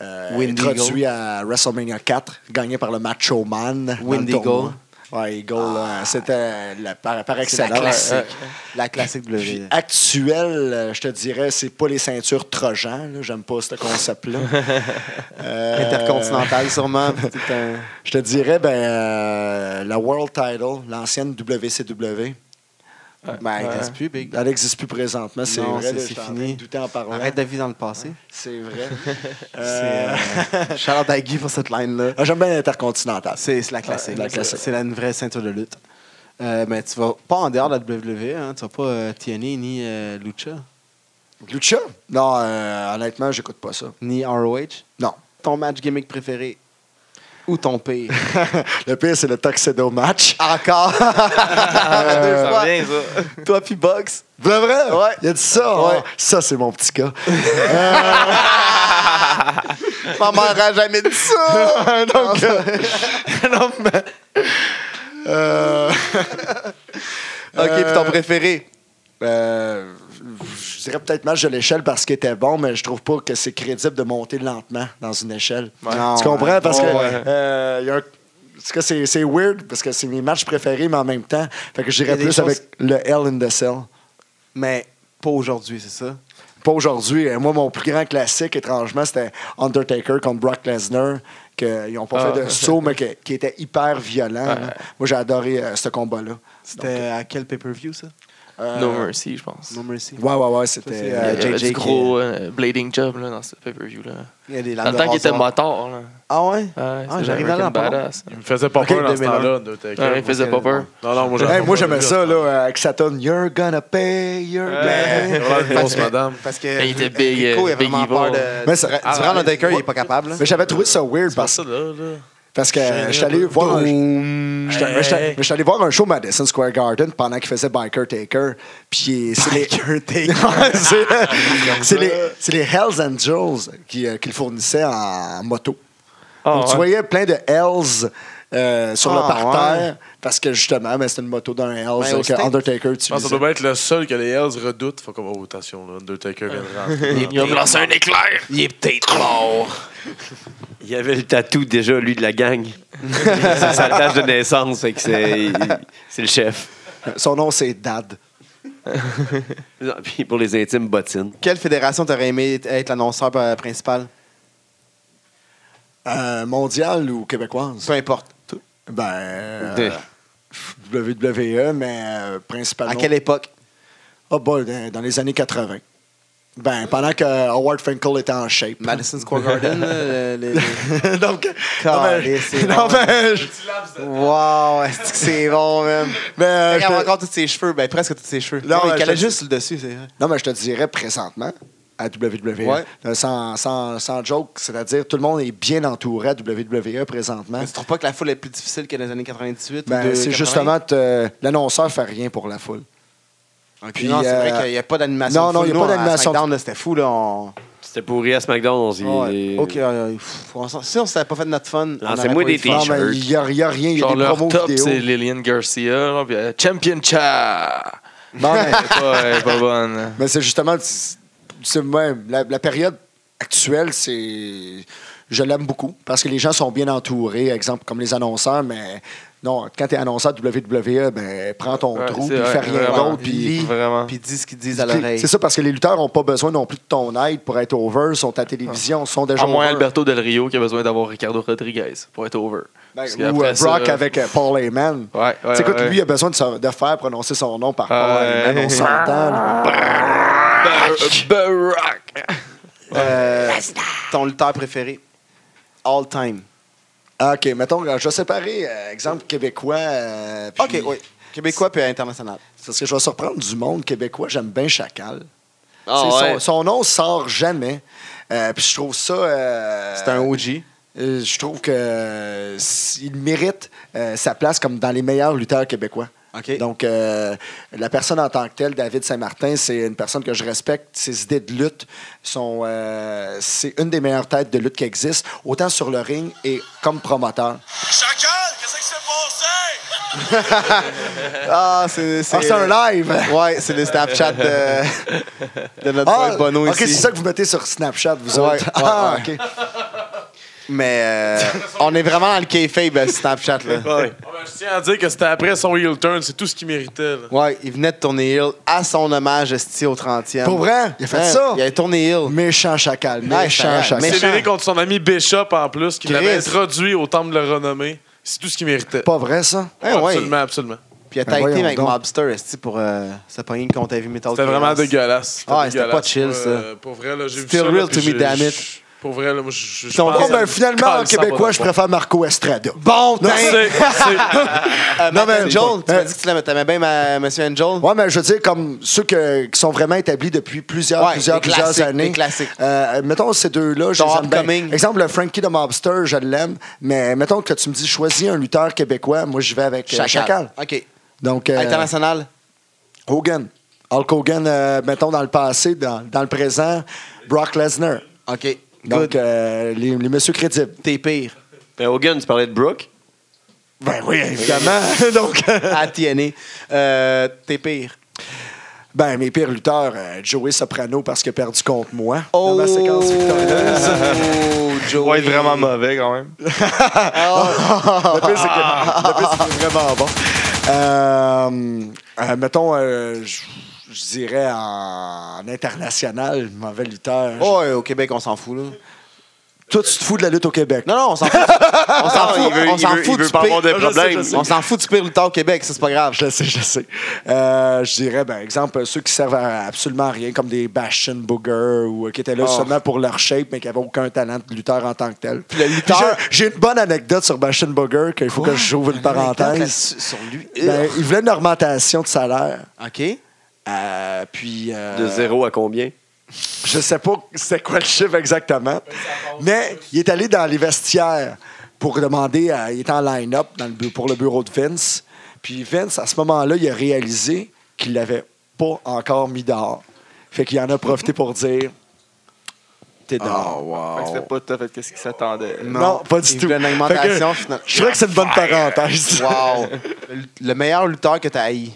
B: euh,
D: Windy
B: introduite à WrestleMania 4, gagnée par le Macho Man. dans le
D: Windy
B: tournoi.
D: Gold.
B: Ouais, Eagle, euh, c'était la- par, par
D: Ah. C'est la
B: excellence.
D: classique.
B: Euh,
D: La classique bleue.
B: Puis actuel, euh, je te dirais, c'est pas les ceintures Trojan. là. J'aime pas ce concept-là.
D: <laughs>
B: Euh,
D: Intercontinentale,
B: <laughs>
D: sûrement. puis tout un-
B: Je te dirais, ben, euh, la World Title, l'ancienne WCW.
D: Ben, elle reste plus, Big.
B: Elle n'existe plus présentement, c'est
D: Non,
B: vrai.
D: c'est-
B: là,
D: c'est
B: j'étais en
D: fini.
B: train de douter en parlant.
D: Arrête de vivre dans le passé.
B: C'est
D: <laughs>
B: vrai.
D: Euh...
B: Euh,
D: Charlotte Agui pour cette line-là.
B: ah, J'aime bien l'Intercontinental.
D: C'est c'est la classique.
B: La classique.
D: C'est la- une vraie ceinture de lutte. E, Euh, mais tu vas pas en dehors de la WWE, hein. tu vas pas euh, TNA ni euh, Lucha.
B: Lucha? Non, euh, honnêtement, j'écoute pas ça.
D: Ni ROH.
B: Non.
D: Ton match gimmick préféré ou ton pire?
B: <laughs> Le pire, c'est le Tuxedo match.
D: Encore!
B: <laughs>
D: Deux
B: Euh,
E: Ça
D: fois.
E: revient, ça.
D: Toi puis Box.
B: De vrai?
D: Ouais.
B: Il a dit ça?
D: Ouais.
B: Ouais. Ça, c'est mon petit
D: <laughs>
B: cas. Euh,
D: Ma mère a jamais dit
B: <laughs>
D: ça!
B: Donc, euh, non, mais... Euh,
D: ok, puis ton préféré?
B: euh, je dirais peut-être match de l'échelle parce qu'il était bon, mais je trouve pas que c'est crédible de monter lentement dans une échelle.
E: Ouais.
D: Non,
B: tu comprends?
D: ouais.
B: Parce que
E: Ouais, ouais.
B: euh, il y a un- en tout cas, c'est c'est weird parce que c'est mes matchs préférés, mais en même temps, fait
D: Il y
B: que
D: a
B: j'irais
D: des
B: plus
D: choses-
B: avec le Hell in the Cell.
D: Mais pas aujourd'hui, c'est ça?
B: Pas aujourd'hui. Euh, Moi, mon plus grand classique, étrangement, c'était Undertaker contre Brock Lesnar, qu'ils n'ont pas
E: Ah.
B: fait de saut, mais que- qui était hyper violent. là. Moi, j'ai adoré euh, ce combat-là.
D: C'était à quel pay-per-view, ça?
B: Euh,
E: No Mercy, je pense.
D: No Mercy.
B: Ouais, ouais, ouais, c'était.
D: Ça, c'est,
E: Il y
B: euh,
D: euh,
E: avait
D: JJ
E: du gros euh, blading job là, dans ce pay-per-view. Là.
D: Il y a des
E: Dans
D: lames
E: le
D: de
E: temps qu'il était
D: rasoir.
E: motard. Là.
D: Ah ouais?
E: Ouais,
D: Ah,
E: c'était
D: j'arrive là,
E: American
D: pas long.
E: Badass.
F: Il me faisait pas
D: Ok,
F: peur dans ce
D: 2001.
F: temps-là, Undertaker.
E: Ouais, il faisait pas peur.
F: Non, non, moi,
B: hey,
F: j'avais pas
B: moi, j'aimais
F: vu
B: ça, là, avec Saturn. You're gonna pay your
E: Ouais.
B: blame.
F: Vraiment une grosse madame.
D: Parce que
E: Il était big,
D: Rico, il a
E: euh, big
D: vraiment peur
E: evil.
D: de.
B: Mais ça-
D: Durant
B: ah,
D: durant
B: ouais.
D: l'Undertaker, il est pas capable. là.
B: Mais j'avais trouvé ça weird
F: Pas
B: parce,
F: ça, là, là.
B: parce que je suis allé voir un. J'étais- mais j'étais- mais j'étais allé voir un show au Madison Square Garden pendant qu'il faisait Biker Taker. Puis c'est les. <laughs> Ouais, c'est- c'est les, c'est les Hells Angels qui, euh, qui le fournissaient en moto.
E: Ah,
B: Donc, tu
E: ouais.
B: voyais plein de Hells euh, sur
D: Ah,
B: le parterre
D: ouais.
B: parce que justement, ben, c'était une moto d'un Hells
D: Ben, au
B: euh, que
D: States.
B: Undertaker
F: Je pense que
B: utilisait.
F: Ah, ça doit être le seul que les Hells redoutent. Faut qu'on va votation, là. Undertaker vient
E: <laughs>
F: de rentrer.
E: Il a me lancé un éclair.
D: Il est peut-être mort.
C: Il y avait le tatou déjà, lui, de la gang. c'est sa tâche de naissance, fait que c'est il- c'est le chef.
B: Son nom, c'est Dad.
C: <laughs> Puis pour les intimes, bottines.
D: Quelle fédération t'aurais aimé être l'annonceur euh, principal?
B: Euh, mondiale ou québécoise?
D: Peu importe.
B: Ben. euh, WWE, mais euh, principalement.
D: À quelle époque?
B: Ah, ben, dans- dans les années 80. Ben, pendant que Howard Finkel était en shape.
D: Madison Square Garden? <laughs> là, les- les-
B: Donc, non,
D: Calais,
B: mais,
D: c'est
B: non,
D: bon.
B: mais, je-
D: Wow, est-ce que c'est bon, même?
B: mais, euh,
D: Il
B: je te-
D: avait encore tous ses cheveux, ben presque tous ses cheveux.
B: Non,
D: Non, il
B: ben, je
D: calait
B: te-
D: juste le dessus, c'est vrai.
B: non, mais je te dirais présentement à WWE,
D: Ouais.
B: euh, sans, sans, sans joke, c'est-à-dire tout le monde est bien entouré à WWE présentement.
D: Mais tu trouves pas que la foule est plus difficile que dans les années 98? ou
B: Ben,
D: de
B: c'est
D: 80?
B: justement euh, l'annonceur fait rien pour la foule.
D: Ok,
B: puis,
D: non, c'est
B: euh,
D: vrai qu'il n'y a pas d'animation.
B: non,
D: de
B: non,
D: foule.
B: il y a
D: Nous,
B: pas
D: à
B: d'animation de-
D: SmackDown, là, C'était fou, là. on-
C: C'était pourri à SmackDown.
D: Ouais,
C: Il...
D: Ok, euh, pff, on s'en- si on s'était pas fait de notre fun. on
C: Ah, c'est
D: aurait
C: moi
D: pas eu
C: des
D: de fun.
B: Non,
C: t-shirts.
B: mais il n'y a, il y a rien. Il y a
E: Genre,
B: des
E: leur
B: promos
E: top,
B: vidéo.
E: c'est Lillian Garcia. là, puis, euh, Champion Cha.
B: Non, mais,
E: Elle est pas- elle est pas bonne.
B: mais c'est justement... c'est- c'est- ouais, la, la période actuelle, c'est... Je l'aime beaucoup parce que les gens sont bien entourés, exemple, comme les annonceurs, mais... Non, quand t'es annonceur de WWE, ben, prends ton
E: Ouais,
B: trou,
E: c'est
B: puis
E: vrai,
B: fais rien
E: vraiment.
B: d'autre, puis
D: Lis,
E: Vraiment.
D: Puis dis ce qu'ils disent à
B: C'est-
D: l'oreille.
B: C'est ça, parce que les lutteurs n'ont pas besoin non plus de ton aide pour être over, sont à la télévision, sont déjà
E: Ah. À moins
B: over.
E: Alberto Del Rio qui a besoin d'avoir Ricardo Rodriguez pour être over.
B: Ben,
E: Parce
B: ou
E: qu'après
B: euh, Brock
E: ça-
B: avec euh, Paul Heyman.
E: Ouais, ouais,
B: Tu sais, écoute,
E: ouais.
B: lui, il a besoin de, se- de faire prononcer son nom par Paul
E: Ouais.
B: Heyman, on s'entend.
E: <laughs>
B: là.
E: Bar- Barack.
D: Euh, ton lutteur préféré? All time.
B: Ah, OK, mettons, euh, je vais séparer, euh, exemple, québécois. euh, puis-
D: OK, oui. Québécois puis international.
B: C'est Parce que je vais surprendre du monde québécois, j'aime bien Chacal.
C: Ah,
B: Tu sais,
C: ouais.
B: son, son nom sort jamais. Euh, puis je trouve ça... euh,
D: C'est un OG.
B: euh, je trouve que euh, il mérite euh, sa place comme dans les meilleurs lutteurs québécois.
D: OK.
B: Donc, euh, la personne en tant que telle, David Saint-Martin, c'est une personne que je respecte. Ses idées de lutte sont. euh, c'est une des meilleures têtes de lutte qui existe, autant sur le ring et comme promoteur.
G: Chacal, qu'est-ce que c'est passé?
D: Ah, c'est...
B: Ah, c'est un live!
D: Ouais, c'est le Snapchat
B: <laughs>
D: de, de notre
B: Ah,
D: boy Bono
B: ok, c'est
D: ici.
B: ça que vous mettez sur Snapchat, vous
D: Ouais,
B: autres.
D: ouais,
B: ah,
D: ouais.
B: ok.
D: Mais euh, on est vraiment dans le kayfabe, le Snapchat, là.
F: Ah, ben, je tiens à dire que c'était après son heel turn, c'est tout ce qu'il méritait. là.
D: Ouais, il venait de tourner Hill à son hommage esti au 30e.
B: Pour vrai, il a fait
D: Ouais,
B: ça.
D: Il a tourné Hill.
B: Méchant chacal,
D: Ouais,
B: méchant
D: c'est vrai,
B: chacal.
F: Il s'est
D: méchant.
F: viré contre son ami Bishop en plus, qui
D: Chris.
F: l'avait introduit au temple de la renommée. C'est tout ce qu'il méritait.
B: C'est pas vrai, ça?
D: Eh, Ouais, ouais.
F: Absolument, absolument.
D: Puis il a
B: Ben,
D: tag
B: voyons
D: team avec
B: donc.
D: Mobster esti, pour euh, se pogner contre Heavy Metal.
F: C'était
D: Chaos.
F: vraiment dégueulasse.
D: Ah, c'était
F: dégueulasse.
D: pas chill, ça.
F: Euh, Pour vrai, là, j'ai vu
D: Still
F: ça. là,
D: real
F: puis
D: to me,
F: j'ai-
D: damn it.
F: Pour vrai, là, moi, je je- je
D: Ton-
F: pense-
B: Bon, ben,
F: Colle,
B: finalement, en
F: ça va
B: québécois,
F: de
B: je
F: bon.
B: préfère Marco Estrada.
D: Bon,
B: Non,
D: <laughs>
F: C'est- c'est-
D: non, mais
B: mais-
D: Angel, tu
B: Euh,
D: m'as dit que tu l'aimais- t'aimais bien ma- Monsieur Angel.
B: Ouais, mais je veux dire, comme ceux que- qui sont vraiment établis depuis plusieurs,
D: Ouais,
B: plusieurs,
D: les
B: plusieurs
D: classiques, les
B: années.
D: classiques.
B: Euh, mettons ces deux-là, je
D: Ton
B: les aime bien.
D: upcoming.
B: Exemple, le Frankie de Mobster, je l'aime, mais mettons que tu me dis choisis un lutteur québécois, moi je vais avec euh, Chacal.
D: OK.
B: Donc euh,
D: International.
B: Hogan. Hulk Hogan, euh, mettons dans le passé, dans, dans le présent, Brock Lesnar.
D: OK.
B: Donc
D: Good.
B: euh, les, les messieurs crédibles.
D: T'es pire.
C: Ben, Hogan, tu parlais de Brooke.
B: Ben oui, évidemment. Donc
D: <laughs> À TNA. Euh, T'es pire.
B: ben mes pires lutteurs, euh, Joey Soprano parce qu'il a perdu contre moi
D: Oh,
B: dans ma
D: <laughs>
B: séquence victorieuse.
D: oh,
E: Il
D: Joey.
E: va être vraiment mauvais quand même.
B: Le pire, c'est que- le pire, c'est qu'il est vraiment bon. Euh, euh, mettons, euh, je je dirais en international, mauvais lutteur.
D: Oh, ouais, au Québec, on s'en fout, là.
B: Toi, tu te fous de la lutte au Québec.
D: Non, non, on s'en fout. <laughs> On s'en
C: Ah,
D: fout.
C: il veut-
D: on
C: il
D: s'en
C: veut-
D: fout
C: il
D: du
C: veut pas avoir de
D: pire.
C: Je sais, problème. je sais.
D: On s'en fout du pire lutteur au Québec, ça, c'est pas grave.
B: Ah, Je le sais, je le sais. Euh, je dirais, par exemple, ceux qui servent à absolument rien, comme des Bastion Booger ou euh, qui étaient là
D: Oh.
B: seulement pour leur shape, mais qui n'avaient aucun talent de lutteur en tant que tel.
D: le lutteur-
B: J'ai- J'ai une bonne anecdote sur Bastion Booger qu'il faut que j'ouvre une parenthèse.
D: Sur lui.
B: Ben, il voulait une augmentation de salaire.
D: Euh, OK.
B: Euh, puis. euh,
C: De zéro à combien?
B: Je sais pas c'était quoi le chiffre exactement. Mais il est allé dans les vestiaires pour demander à- il était en line-up dans le bu- pour le bureau de Vince. Puis Vince, à ce moment-là, il a réalisé qu'il l'avait pas encore mis dehors. Fait qu'il en a profité pour dire T'es dehors.
E: Fait que C'était pas tout à fait qu'est-ce qu'il s'attendait.
B: Non, pas du
D: Oh, il
B: tout.
D: voulait une
B: Fait que
D: augmentation, finalement.
B: Je crois que c'est une bonne parenthèse.
D: Wow. Le- Le meilleur lutteur que t'as haï.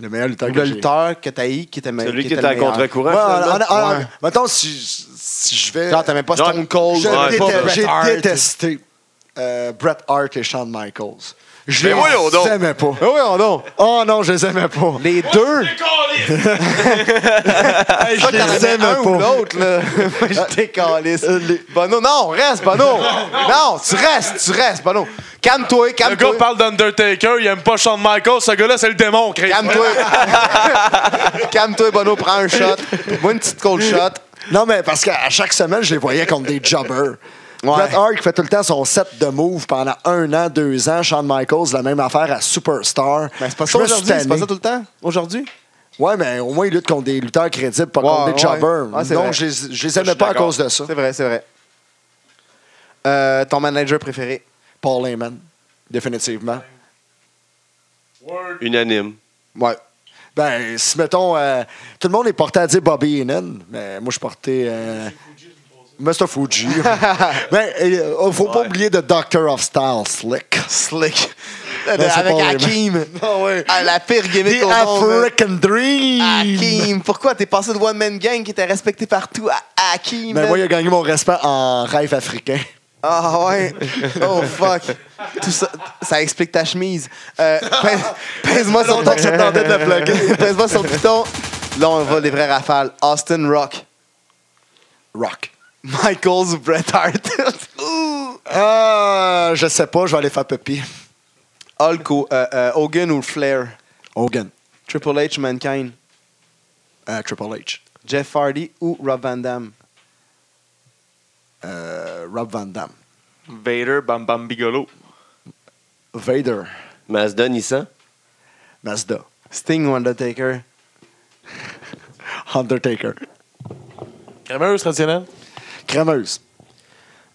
B: Le meilleur lutteur
D: Ou
B: que
D: Le
B: j'ai.
D: lutteur que t'as haï qui était meilleur.
C: Celui qui était à contre-courant.
B: Ouais, en-
C: finalement.
B: en- en-
D: Ouais.
B: Mettons, si, si je vais.
D: Genre, t'aimais pas
C: Genre,
D: Stone Cold.
B: Je
D: t'aimais
B: déteste-
D: pas Bret
B: J'ai
D: Hart.
B: détesté euh, Bret Hart et Shawn Michaels. Je
C: Mais voyons donc.
B: les aimais pas.
D: Ah ouais, on donc.
B: Oh non, je les aimais pas.
D: Les deux.
B: je
D: T'en
B: les
D: avais
B: aimais
D: un ou
B: pas.
D: l'autre, là. J'étais caliste.
B: Euh,
D: Bono, non, reste,
B: <laughs>
D: Bono. Non, tu restes, tu restes, Bono. Calme-toi,
F: Le gars
D: calme-toi.
F: parle d'Undertaker, il aime pas Shawn Michaels. Ce gars-là, c'est le démon,
B: <laughs>
F: Chris.
D: Calme-toi. Calme-toi, Bono, prends un shot. Moi, une petite cold shot.
B: Non, mais parce qu'à chaque semaine, je les voyais comme des jobbers.
D: Ouais.
B: Bret Hart qui fait tout le temps son set de moves pendant un an, deux ans. Shawn Michaels, la même affaire à Superstar.
D: Mais c'est pas
B: Je
D: ça
B: me suis
D: aujourd'hui, c'est pas
B: tanné.
D: ça tout le temps? Aujourd'hui?
B: Ouais, mais au moins, il lutte contre des lutteurs crédibles, pas
D: Ouais,
B: contre des
D: ouais.
B: jobbers.
D: Ouais, c'est vrai.
B: non, je les, je les
E: Je
B: aimais
E: suis
B: pas à
E: d'accord.
B: cause de ça.
D: C'est vrai, c'est vrai. Euh, ton manager préféré?
B: Paul Heyman, définitivement.
C: Unanime.
D: Ouais.
B: Ben, si mettons, euh, tout le monde est porté à dire Bobby Heenan, mais moi je portais euh, Mr. Fuji.
D: <laughs>
B: <laughs> ben, euh, faut pas oublier de Doctor of Style
D: <laughs>
B: Slick. Ben,
D: Slick.
B: c'est
D: Avec
B: pas
D: Hakim.
B: Ah ouais.
D: Ah, la pire gimmick
B: The
D: au monde. là.
B: African Dream.
D: Hakim, pourquoi t'es passé de One Man Gang qui était respecté partout à Hakim?
B: Ben
D: man?
B: moi, il a gagné mon respect en rêve africain.
D: Ah ouais. Oh fuck. Tout ça, ça <laughs> explique ta chemise. Euh,
B: <laughs>
D: pèse- Pèse-moi sur
B: Longtemps que
D: le
B: j'attendais de la plugger.
D: piton. Pèse-moi sur le piton. Là, on va les vrais rafales. Austin Rock.
B: Rock.
D: Michaels ou Bret
B: <laughs>
D: Hart. Ouh.
B: Ah, je sais pas, je vais aller faire Puppy.
D: Hulk ou euh, euh, Hogan ou Flair.
B: Hogan.
D: Triple H ou Mankind.
B: Euh, Triple H.
D: Jeff Hardy ou Rob Van Damme.
B: Euh, Rob Van Damme.
E: Vader, Bam Bam Bigolo.
B: Vader.
C: Mazda, Nissan.
B: Mazda.
D: Sting ou Undertaker.
B: <laughs> Undertaker.
F: Crémeuse traditionnelle.
B: Crameuse.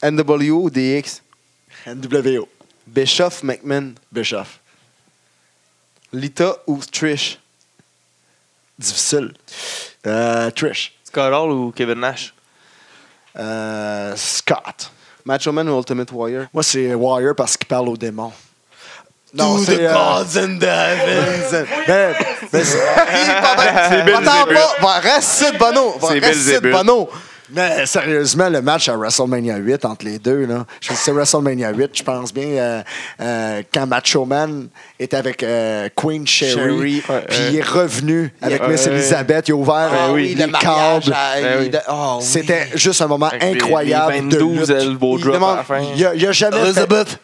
D: NW ou DX.
B: NWO.
D: Bischoff McMahon.
B: Bischoff.
D: Lita ou Trish.
B: Difficile. Euh, Trish.
E: Scott Hall ou Kevin Nash?
B: Euh, Scott.
D: Macho Man ou Ultimate Warrior.
B: Moi, c'est Warrior parce qu'il parle aux démons. Non,
D: To
B: c'est.
D: the
B: euh,
D: gods and the
B: <laughs>
D: heavens.
B: mais- mais c'est-
D: <laughs>
B: <laughs>
D: c'est
E: Belzébuth.
D: Attends pas, va rester de Bono. Va
C: C'est
D: rester de
C: Belzébuth.
D: Bono.
B: mais sérieusement, le match à WrestleMania 8 entre les deux, là, je- c'est WrestleMania 8, je pense bien, euh, euh, quand Macho Man est avec euh, Queen Sherry,
D: Sherry,
B: puis
E: ouais,
B: il est revenu avec Miss
E: ouais.
B: Elizabeth, il a ouvert
D: Ah
B: euh,
D: oui,
B: les
D: le mariage,
B: câbles.
D: ah, il-
E: Ah oui.
D: de- oh oui.
B: C'était juste un moment
E: Avec les-
B: incroyable
E: les
B: de
E: 22
B: lutte.
E: elbow
D: Il
E: drop à
D: demande-
E: la fin.
B: Il y a, il y a jamais fait-
D: Elizabeth.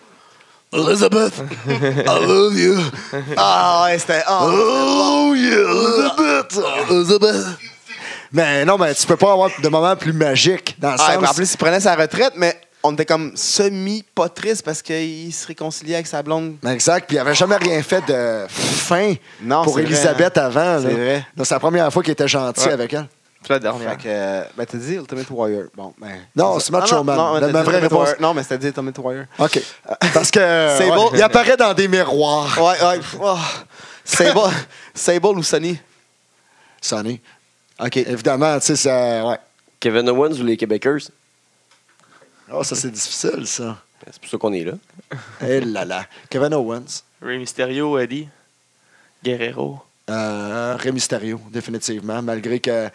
D: Elizabeth. I love you. Ah ouais, c'était. Oh,
B: Oh yeah, Elizabeth!
D: Elizabeth.
B: Mais non, mais tu peux pas avoir de moment plus magique dans le
D: Ah,
B: sens.
D: en plus, il prenait sa retraite, mais on était comme semi-pas triste parce qu'il se réconciliait avec sa blonde.
B: Ben, Exact. Puis il avait jamais rien fait de fin
D: Non,
B: pour
D: c'est vrai,
B: Elisabeth avant. là.
D: C'est vrai.
B: Donc, C'est la première fois qu'il était gentil
E: Ouais.
B: avec elle.
D: hein.
E: Puis la dernière.
D: Fait que, euh, ben, t'as dit Ultimate Warrior. Bon, ben.
B: Non, c'est Macho
D: non,
B: Man.
D: non,
B: La-
D: t'as dit
B: ma vraie
D: Ultimate
B: réponse.
D: Warrior. Non, mais c'était dit Ultimate Warrior. <laughs>
B: OK. Parce que.
D: C'est
B: ouais,
D: beau.
B: Il apparaît dans des miroirs.
D: Ouais, ouais. oh.
B: <laughs>
D: Sable, Sable ou Sonny?
B: Sonny.
D: OK.
B: Évidemment, tu sais, ça. Ouais.
C: Kevin Owens ou les Québécois?
B: Oh, ça, c'est difficile, ça.
C: C'est pour ça qu'on est là.
B: Eh là là. Kevin Owens.
E: Ray Mysterio, Eddie, Guerrero.
B: Euh, Rey Mysterio, définitivement. Malgré que. euh,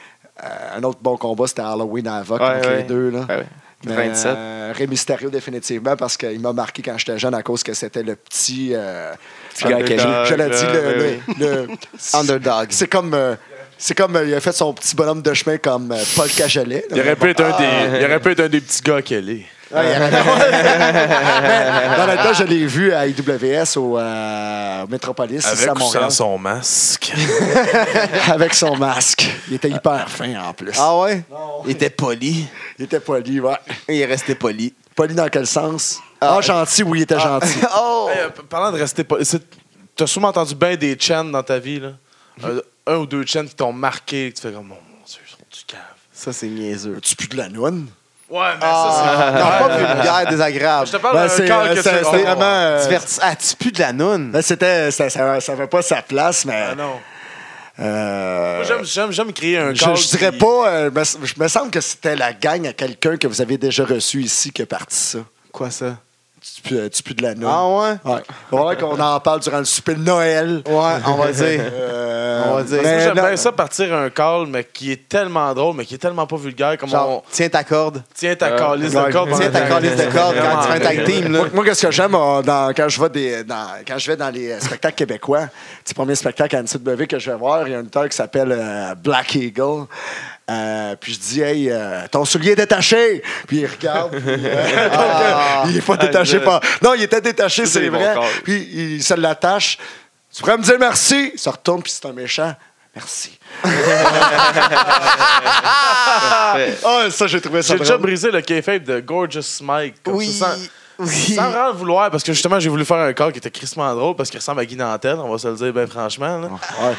B: un autre bon combat, c'était Halloween à Avoc
E: Ouais,
B: entre les
E: ouais.
B: deux. Là.
E: Ah ouais.
B: Mais,
E: 27.
B: euh, Rey Mysterio, définitivement, parce qu'il m'a marqué quand j'étais jeune à cause que c'était le petit. euh,
C: Petit gars cagé.
E: Underdog,
B: Je l'ai dit,
E: là,
B: le,
E: Ben oui,
B: le- le-
D: Underdog.
B: C'est comme. euh, c'est comme euh, il a fait son petit bonhomme de chemin comme euh, Paul Cagelet.
F: Il aurait pu être un des, il aurait pu être un des petits gars qu'elle est.
B: Ouais, il aurait- Mais <laughs> dans le temps, je l'ai vu à IWS au euh, Metropolis, ici
F: Avec
B: à
F: ou
B: Montréal, <laughs>
F: sans son masque.
B: avec son masque. Il était hyper fin en plus.
D: Ah ouais? Il était poli.
B: Il était poli, ouais.
D: Il restait poli.
B: Poli dans quel sens?
D: Ah,
B: Ah, gentil, oui, il était gentil.
D: oh!
F: Hey, euh, parlant de rester pas. c'est- T'as sûrement entendu bien des chants dans ta vie, là. Euh, un ou deux chants qui t'ont marqué, que tu fais comme, oh mon Dieu, ils sont du cave.
D: <laughs> Ça, c'est niaiseux.
B: Tu pues de la noune?
F: Ouais, mais
D: Ah,
F: ça,
D: non, pas vulgaire, désagréable.
F: c'est. Je te parle
B: Ben,
F: d'un
B: c'est,
F: cœur
B: euh,
F: que tu
B: c'est-
F: fais,
B: c'est
F: oh,
B: vraiment, euh,
D: Diverti- Ah, tu pues de la noune.
B: ben, c'était, ça, ça, ça avait pas sa place, mais.
F: ah, non.
B: euh,
F: Moi, j'aime- J'aime j'aime créer un
B: Je,
F: call
B: je dirais
F: qui-
B: pas. euh, me- je me semble que c'était la gang à quelqu'un que vous avez déjà reçu ici qui a parti ça.
D: Quoi, ça?
B: Tu pues euh, tu pues de la noune.
D: Ah ouais?
B: Ouais. Il va falloir qu'on en parle durant le souper de Noël.
D: Ouais, on va le dire.
B: Euh,
D: On va dire.
F: Moi,
B: mais
F: j'aime
B: non,
F: bien ça partir un call, mais qui est tellement drôle, mais qui est tellement pas vulgaire, comme
D: Genre, tiens ta corde.
F: on tient ta
E: Euh,
F: calice de
B: ouais,
F: corde.
D: Tiens ta
F: pendant-
D: corde de corde quand tu fais un tag team, là.
B: Moi, moi, qu'est-ce que j'aime euh, dans- quand, je vais des, dans, quand je vais dans les euh, spectacles québécois, petit premier spectacle à NCW que je vais voir, il y a une lutteur qui s'appelle euh, Black Eagle. Euh, puis je dis, hey, euh, ton soulier est détaché. Puis il regarde. puis,
F: <laughs>
B: euh, <laughs> donc,
D: Ah.
B: euh, il n'est pas
E: Ah,
B: détaché.
E: je-
B: Pas. Non, il était détaché, c'est
E: des bons
B: vrai.
E: calls.
B: Puis il se l'attache. Tu pourrais me dire merci. Il se retourne, puis c'est un méchant.
F: <laughs>
B: Merci.
E: Parfait.
B: Ah, ça, j'ai trouvé ça
F: J'ai déjà
B: drôle.
F: brisé le kayfabe de Gorgeous Mike. Comme
D: Oui.
F: ça, sans-
D: Oui.
F: Sans vraiment le vouloir, parce que justement, j'ai voulu faire un corps qui était crissement drôle parce qu'il ressemble à Guy Nantel, on va se le dire bien franchement. là.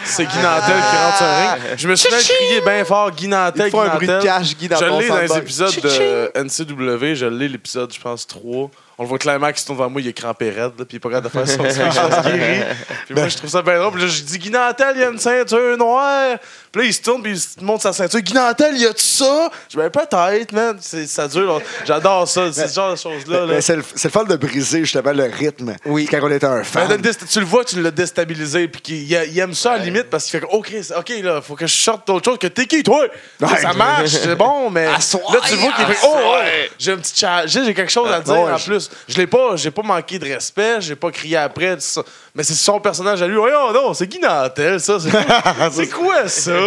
F: C'est Guy Nantel qui rentre sur un ring. Je me suis même crié bien fort Guy Nantel,
D: Il faut
F: Guy
D: un bruit de
F: Nantel.
D: cache, Guy, dans
F: Je
D: ton
F: l'ai dans les
D: soundbox.
F: épisodes de NCW, je l'ai l'épisode, je pense, 3. On le voit clairement qu'il se tourne vers moi, il est crampé raide, là, puis il est pas capable de faire son speech parce qu'il rit. Puis moi, je trouve ça bien drôle. Puis là, je dis, Guy Nantel, il a une ceinture noire. Puis là, il se tourne, puis il se montre sa ceinture. Guy Nantel, il a tout ça? Je dis, ben, peut-être, man. C'est- Ça dure. longtemps. J'adore ça,
D: Ben,
F: c'est ce genre de choses-là. là.
B: Mais Ben, C'est le, c'est le fun de briser justement le rythme.
D: Oui.
B: Quand on était un
F: Ben,
B: fan.
F: le dé- tu le vois, tu l'as déstabilisé, puis qu'il- il, a- il aime ça à la limite parce qu'il fait que, OK, c'est- OK, là, faut que je sorte d'autre chose que t'es qui, toi?
B: Ouais.
F: Ça marche, c'est bon, mais là, tu vois qu'il fait, oh, ouais, j'ai un petit challenge, j'ai quelque chose à dire
B: Ah, ouais,
F: en
B: je-
F: plus. Je l'ai pas, j'ai pas manqué de respect, j'ai pas crié après, tout ça. mais c'est son personnage à lui. Ouais, Oh non, c'est Guy Nantel, ça. C'est
B: <laughs>
F: c'est quoi ça?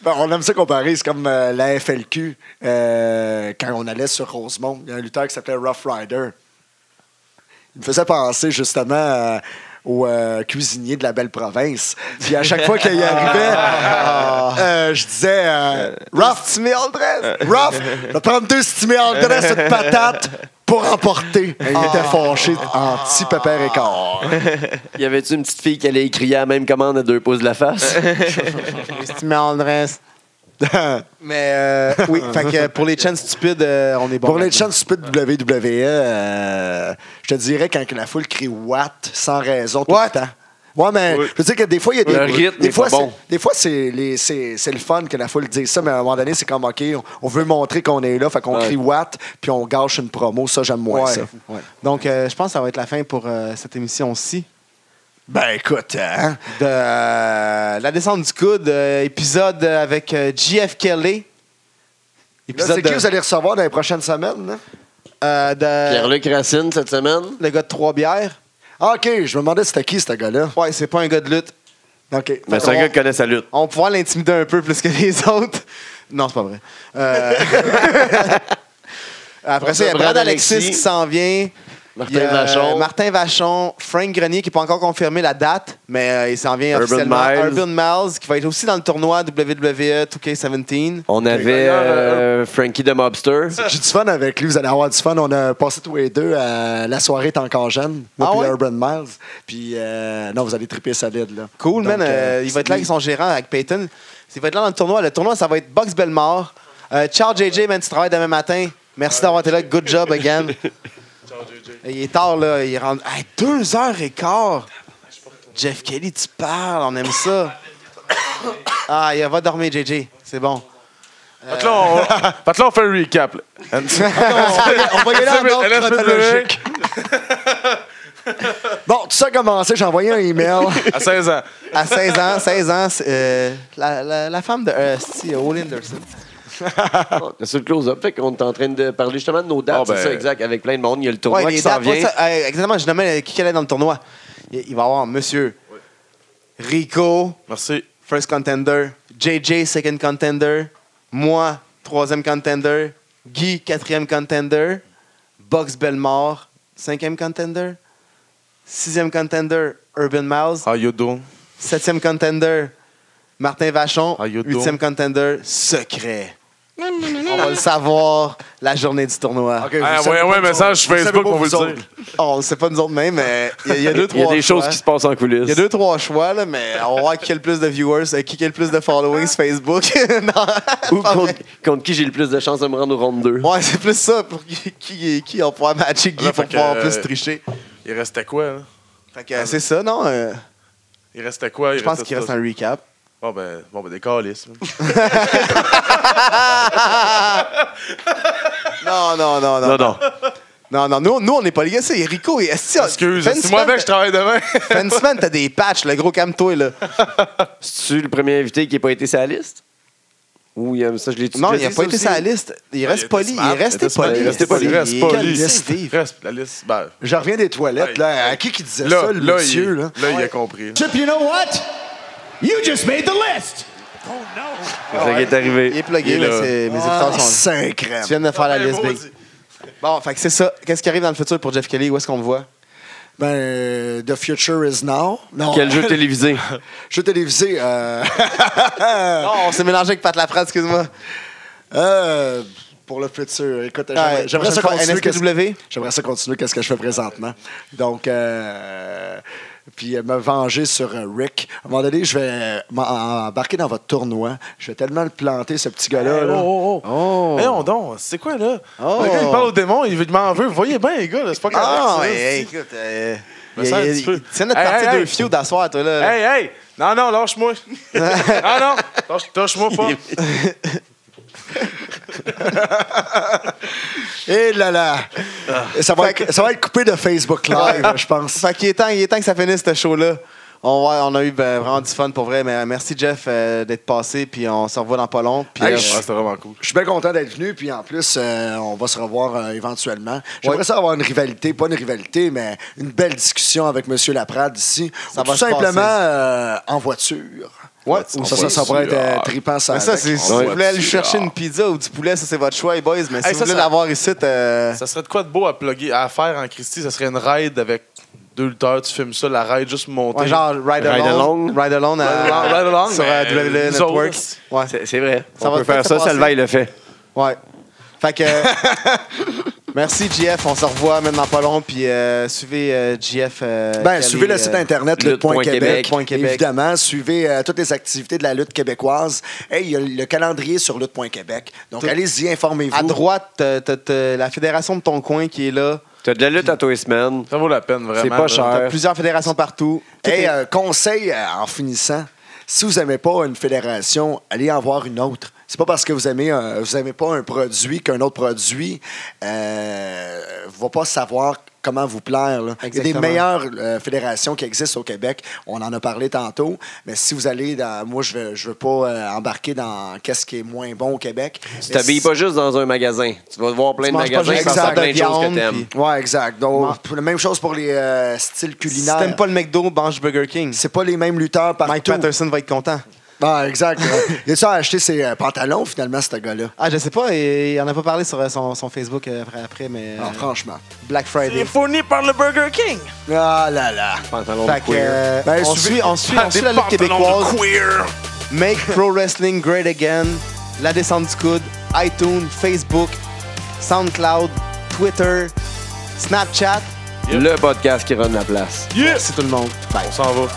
B: Ben, on aime ça comparer, c'est comme euh, la FLQ euh, quand on allait sur Rosemont. Il y a un lutteur qui s'appelait Rough Rider. Il me faisait penser justement euh, au euh, cuisinier de la belle province. Puis à chaque fois qu'il y arrivait, euh, je disais euh, Rough,
D: Tu mets en dress.
B: Rough, je vais prendre deux stimés en graisse de patate pour emporter. Et il était fâché en petit pépère et corps.
C: <laughs> Y avait-tu une petite fille qui allait crier à la même commande à deux pouces de la <laughs> face?
D: Tu mets en dress. Mais euh, oui, fait que pour les chaînes stupides, euh, on est bon.
B: Pour les
D: là-dedans.
B: chants stupides WWE, E, euh, je te dirais quand que la foule crie Watt sans raison tout
D: What?
B: le temps. Ouais, mais
E: Oui.
B: je veux dire que des fois, il y a des.
C: Le rythme
B: des
C: est
B: fois,
C: pas
B: c'est-
C: bon.
B: Des fois, c'est les- c'est c'est le fun que la foule dise ça, mais à un moment donné, c'est comme, OK, on, on veut montrer qu'on est là, fait qu'on
C: Ouais.
B: crie Watt, puis on gâche une promo. Ça, j'aime moins
D: Ouais.
B: ça.
D: Ouais. Donc, euh, je pense que ça va être la fin pour euh, cette émission-ci.
B: Ben écoute, hein?
D: De euh, La descente du coude, euh, épisode euh, avec euh, JF Kelly.
B: Là, c'est
D: Épisode
B: qui vous
D: de,
B: allez recevoir dans les prochaines semaines? hein?
D: euh, de-
C: Pierre-Luc Racine, cette semaine?
D: le gars de Trois Bières.
B: Ah, OK, je me demandais c'était qui, ce gars-là.
D: Ouais, c'est pas un gars de lutte.
B: OK.
C: Ben, c'est un gars qui connaît sa lutte.
D: On va pouvoir l'intimider un peu plus que les autres. Non, c'est pas vrai. <laughs> Euh, Après ça, il y a Brad Alexis qui s'en vient.
C: Martin
D: Il y a, euh,
C: Vachon.
D: Martin Vachon, Frank Grenier qui n'est pas encore confirmé la date, mais euh, il s'en vient
C: Urban
D: officiellement.
C: Miles.
D: Urban Miles qui va être aussi dans le tournoi E WWE 2K17.
C: On avait
F: d'ailleurs,
C: euh, Frankie the Mobster.
B: <laughs> J'ai du fun avec lui, vous allez avoir du fun. On a passé tous les deux à La soirée est encore jeune, moi
D: Ah
B: puis
D: ouais?
B: Urban Miles. Puis euh, non, vous allez triper solide. Là.
D: Cool,
B: Donc,
D: man. euh,
B: euh,
D: il va être là avec son gérant, avec Peyton. Il va être là dans le tournoi. Le tournoi, ça va être Box Belmore. Euh, ciao, JJ, man. Tu travailles demain matin. Merci d'avoir été là. Good job
B: <laughs>
D: again. Il est tard, là. Il rentre. Hey, deux heures et quart. Jeff Kelly, tu parles. On aime ça. <coughs> Ah, il va dormir, JJ. C'est bon.
F: Fait que là, on- fait que là, on fait un recap. là.
B: on va y aller en
F: Semaine-
B: ordre
F: la semaine
B: chronologique. Bon, tout ça a commencé, j'ai envoyé un
F: <laughs>
B: email.
F: À 16 ans.
B: Ah.
D: À 16 ans, 16 ans, c'est, euh, la, la- la femme de euh, c'est, euh, Will Anderson.
C: C'est le close-up. Fait qu'on est en train de parler justement de nos dates.
F: Ah, ben.
C: C'est ça, exact. Avec plein de monde. Il y a le tournoi
D: Ouais, les
C: qui s'en
D: dates, ouais,
C: vient.
D: ça, euh, exactement, je nommais euh, qui allait dans le tournoi. Il, il va y avoir monsieur Rico,
F: Merci.
D: first contender, JJ, second contender, moi, troisième contender, Guy, quatrième contender, Box Belmore, cinquième contender, sixième contender, Urban Miles,
C: Ah,
F: How you doing?
D: septième contender, Martin Vachon,
F: Ah, you
D: huitième contender, secret. On va le savoir la journée du tournoi.
B: Ok, vous
F: Ah,
B: savez
F: ouais,
B: pas
F: ouais,
B: vous
F: message sur
B: autres. Vous savez
F: Facebook
B: pas
F: pour vous
B: autres.
F: le dire.
D: On le sait pas nous autres mêmes, mais il y a- il y, a deux,
C: <laughs> Il y a
D: trois
C: des choses
D: choix.
C: qui se passent en coulisses.
D: Il y a deux, trois choix, là, mais on va voir qui a le plus de viewers, euh, qui a le plus de followings sur Facebook. <laughs> non,
C: Ou
D: pas
C: contre,
D: vrai.
C: contre qui j'ai le plus de chances de me rendre au round 2.
D: Ouais, c'est plus ça, pour qui, qui, qui on pourra matcher Guy
F: Là,
D: pour
F: Ah, fait
D: pouvoir
F: que- euh,
D: plus tricher.
F: Il restait quoi, là?
D: Fait que euh, c'est ça, non? euh,
F: Il restait quoi? Il
D: je pense
F: restait
D: qu'il
F: ça.
D: reste un recap.
F: Bon, ben, bon, ben des calices. <laughs> là.
D: Non, non, non, non.
C: Non, non.
D: Non, non, nous, nous on n'est pas liés à ça. Et Rico et Estia.
F: Excuse,
D: fais une
F: c'est moi
D: semaine, <laughs>
F: avec, je travaille <laughs> demain.
D: t'as- fais une semaine, t'as des patchs, le gros camtoué, là.
C: C'est-tu le premier invité qui n'a pas été sa liste? Ou il y a- ça, je l'ai
D: Non, il n'a pas été sur la liste. Il reste
F: était
D: poli. Il
F: smart,
D: est resté
F: était smart,
D: poli.
F: Il restait
D: Esti.
F: poli. Il reste poli.
D: Quel Steve.
F: Reste, la liste. Ben,
B: Je reviens des toilettes,
F: Ouais.
B: là. À qui qui disait
F: là,
B: ça, le
F: là,
B: monsieur,
F: il,
B: là?
F: là, il a compris.
H: Chip, you know what? You just made the list.
C: C'est ça qui est
D: Il est
C: arrivé.
D: plugué,
F: Il est
D: là,
F: là.
D: c'est- mes
B: Ah,
D: écouteurs sont là.
B: cinq
D: Tu
B: crèmes.
D: viens de me faire la
F: Ben,
D: liste, big.
F: maudit.
D: Bon, fait que c'est ça. Qu'est-ce qui arrive dans le futur pour Jeff Kelly? Où est-ce qu'on le voit?
B: Ben, euh, The Future is Now. Non.
C: Quel jeu
D: <laughs>
C: télévisé?
B: Jeu télévisé. euh,
D: Non, on s'est mélangé avec Pat Lafrance, excuse-moi.
B: euh, pour le futur. Écoute, j'aimerais- j'aimerais ça
D: Prochaine fois,
B: continuer. qu'est-ce-
D: NSPW.
B: J'aimerais ça continuer qu'est-ce que je fais présentement. Donc, euh, puis euh, me venger sur euh, Rick. À un moment donné, je vais euh, m'en- embarquer dans votre tournoi. Je vais tellement le planter, ce petit gars-là. là.
F: Oh, oh, oh.
D: Oh!
F: Mais on donc, c'est quoi, là?
D: Oh.
F: Le gars, il parle au démon, il veut- il m'en veut. Voyez bien, les gars, là, c'est pas correct.
D: Ah,
F: ça,
D: mais
F: c'est-
D: hey, écoute. euh,
F: Me sers un petit peu.
D: Tu viens de te
F: Hey,
D: partir
F: hey,
D: deux
F: hey.
D: fios d'asseoir, Ah, toi, là.
F: Hey, hey! Non, non, lâche-moi! ah non! Lâche- Lâche-moi pas!
D: Eh
B: Et là là! Ça va, être, ça va être coupé de Facebook Live,
D: <laughs> Ouais.
B: je pense.
D: Fait qu'il est temps, il est temps que ça finisse, ce show-là. On, va- on a eu ben, vraiment du fun pour vrai, mais euh, merci Jeff euh, d'être passé, puis on se revoit dans pas long. Puis,
B: Hey,
D: euh,
F: Ah,
B: je-
F: C'était vraiment cool.
B: Je suis bien content d'être venu, puis en plus, euh, on va se revoir euh, éventuellement. J'aimerais
D: Ouais.
B: ça avoir une rivalité, pas une rivalité, mais une belle discussion avec M. Laprade ici.
D: Ça
B: Ou
D: va
B: tout
D: se
B: simplement
D: passer.
B: euh, en voiture.
D: ouais,
B: Ça, ça, ça
F: voiture.
B: pourrait être euh, trippant. Ça,
D: Mais ça,
B: avec.
D: c'est- si
F: Ouais.
D: vous voulez aller
F: Voiture.
D: chercher une pizza ou du poulet, ça c'est votre choix, les boys. Mais si
F: Hey,
D: vous
F: ça,
D: voulez
F: ça-
D: l'avoir ici, t'as-
F: Ça serait de quoi de beau à, plugger, à faire en Christie? Ça serait une ride avec deux lutteurs, tu filmes ça, la ride juste montée.
D: Ouais, genre Ride Alone. Ride Alone,
C: Along.
D: à-
F: Ride Along, Ride Along,
D: sur euh,
F: mais
D: WWE
F: nous
D: Network.
F: autres,
D: Ouais.
C: C'est c'est vrai.
D: Ça
C: on
D: va
C: peut
D: peut-être
C: faire
D: se
C: ça,
D: passer.
C: Salvaille le fait.
D: Ouais. Fait que. Merci, JF. On se revoit maintenant pas long. Puis euh, suivez euh, JF. euh,
B: Ben,
D: Kelly,
B: suivez le site
D: euh,
B: internet,
C: Lutte
B: le point
C: point
B: Québec,
C: Québec.
D: Point Québec.
B: Évidemment, suivez euh, toutes les activités de la lutte québécoise. Hey, il y a le calendrier sur lutte point Québec. Donc,
D: Tout-
B: allez-y, informez-vous.
D: À droite, t'as- t'as- t'as la fédération de ton coin qui est là.
C: T'as de la lutte à tous les semaines.
F: Ça vaut la peine, vraiment.
C: pas
F: là.
C: cher.
D: T'as
C: Ouais.
D: plusieurs fédérations partout. Tout
B: Hey,
D: est-
B: euh, conseil euh, en finissant, si vous n'aimez pas une fédération, allez en voir une autre. C'est pas parce que vous aimez un- vous aimez pas un produit qu'un autre produit euh, va pas savoir comment vous plaire. là. Il y a des
D: Exactement.
B: meilleures euh, fédérations qui existent au Québec. On en a parlé tantôt. Mais si vous allez dans. Moi, je veux, je veux pas euh, embarquer dans qu'est-ce qui est moins bon au Québec.
C: Tu t'habilles pas juste dans un magasin. Tu vas voir plein de
D: manges pas
C: magasins,
D: juste
C: ça
D: une
C: sert
D: sorte de
C: plein de choses que
D: viande,
C: t'aimes.
D: puis-
B: Ouais, exact. Donc, la même chose pour les euh, styles
D: Si
B: culinaires.
D: t'aimes pas le McDo, mange Burger King.
B: C'est pas les mêmes lutteurs partout.
D: Mike Patterson va être content.
B: Ah,
I: <laughs>
B: exact. ouais. Il a-tu acheté ses euh, pantalons, finalement, ce gars-là?
I: Ah, je sais pas, il, il en a pas parlé sur euh, son, son Facebook euh, après, après, mais.
B: Ah,
I: euh,
B: franchement.
I: Black
F: Il est
I: Friday.
F: fourni par le Burger King.
B: Ah là là.
C: Pantalon de
I: Fait que,
C: queer.
I: euh,
B: Ben,
I: on,
B: suivez-
I: suit, on suit, on suit la lutte québécoise. Make Pro Wrestling Great Again, La Descente du Coude, iTunes, Facebook, SoundCloud, Twitter, Snapchat.
C: Le podcast qui rend la place.
J: Yeah!
I: C'est tout le monde. Bye.
J: On s'en va.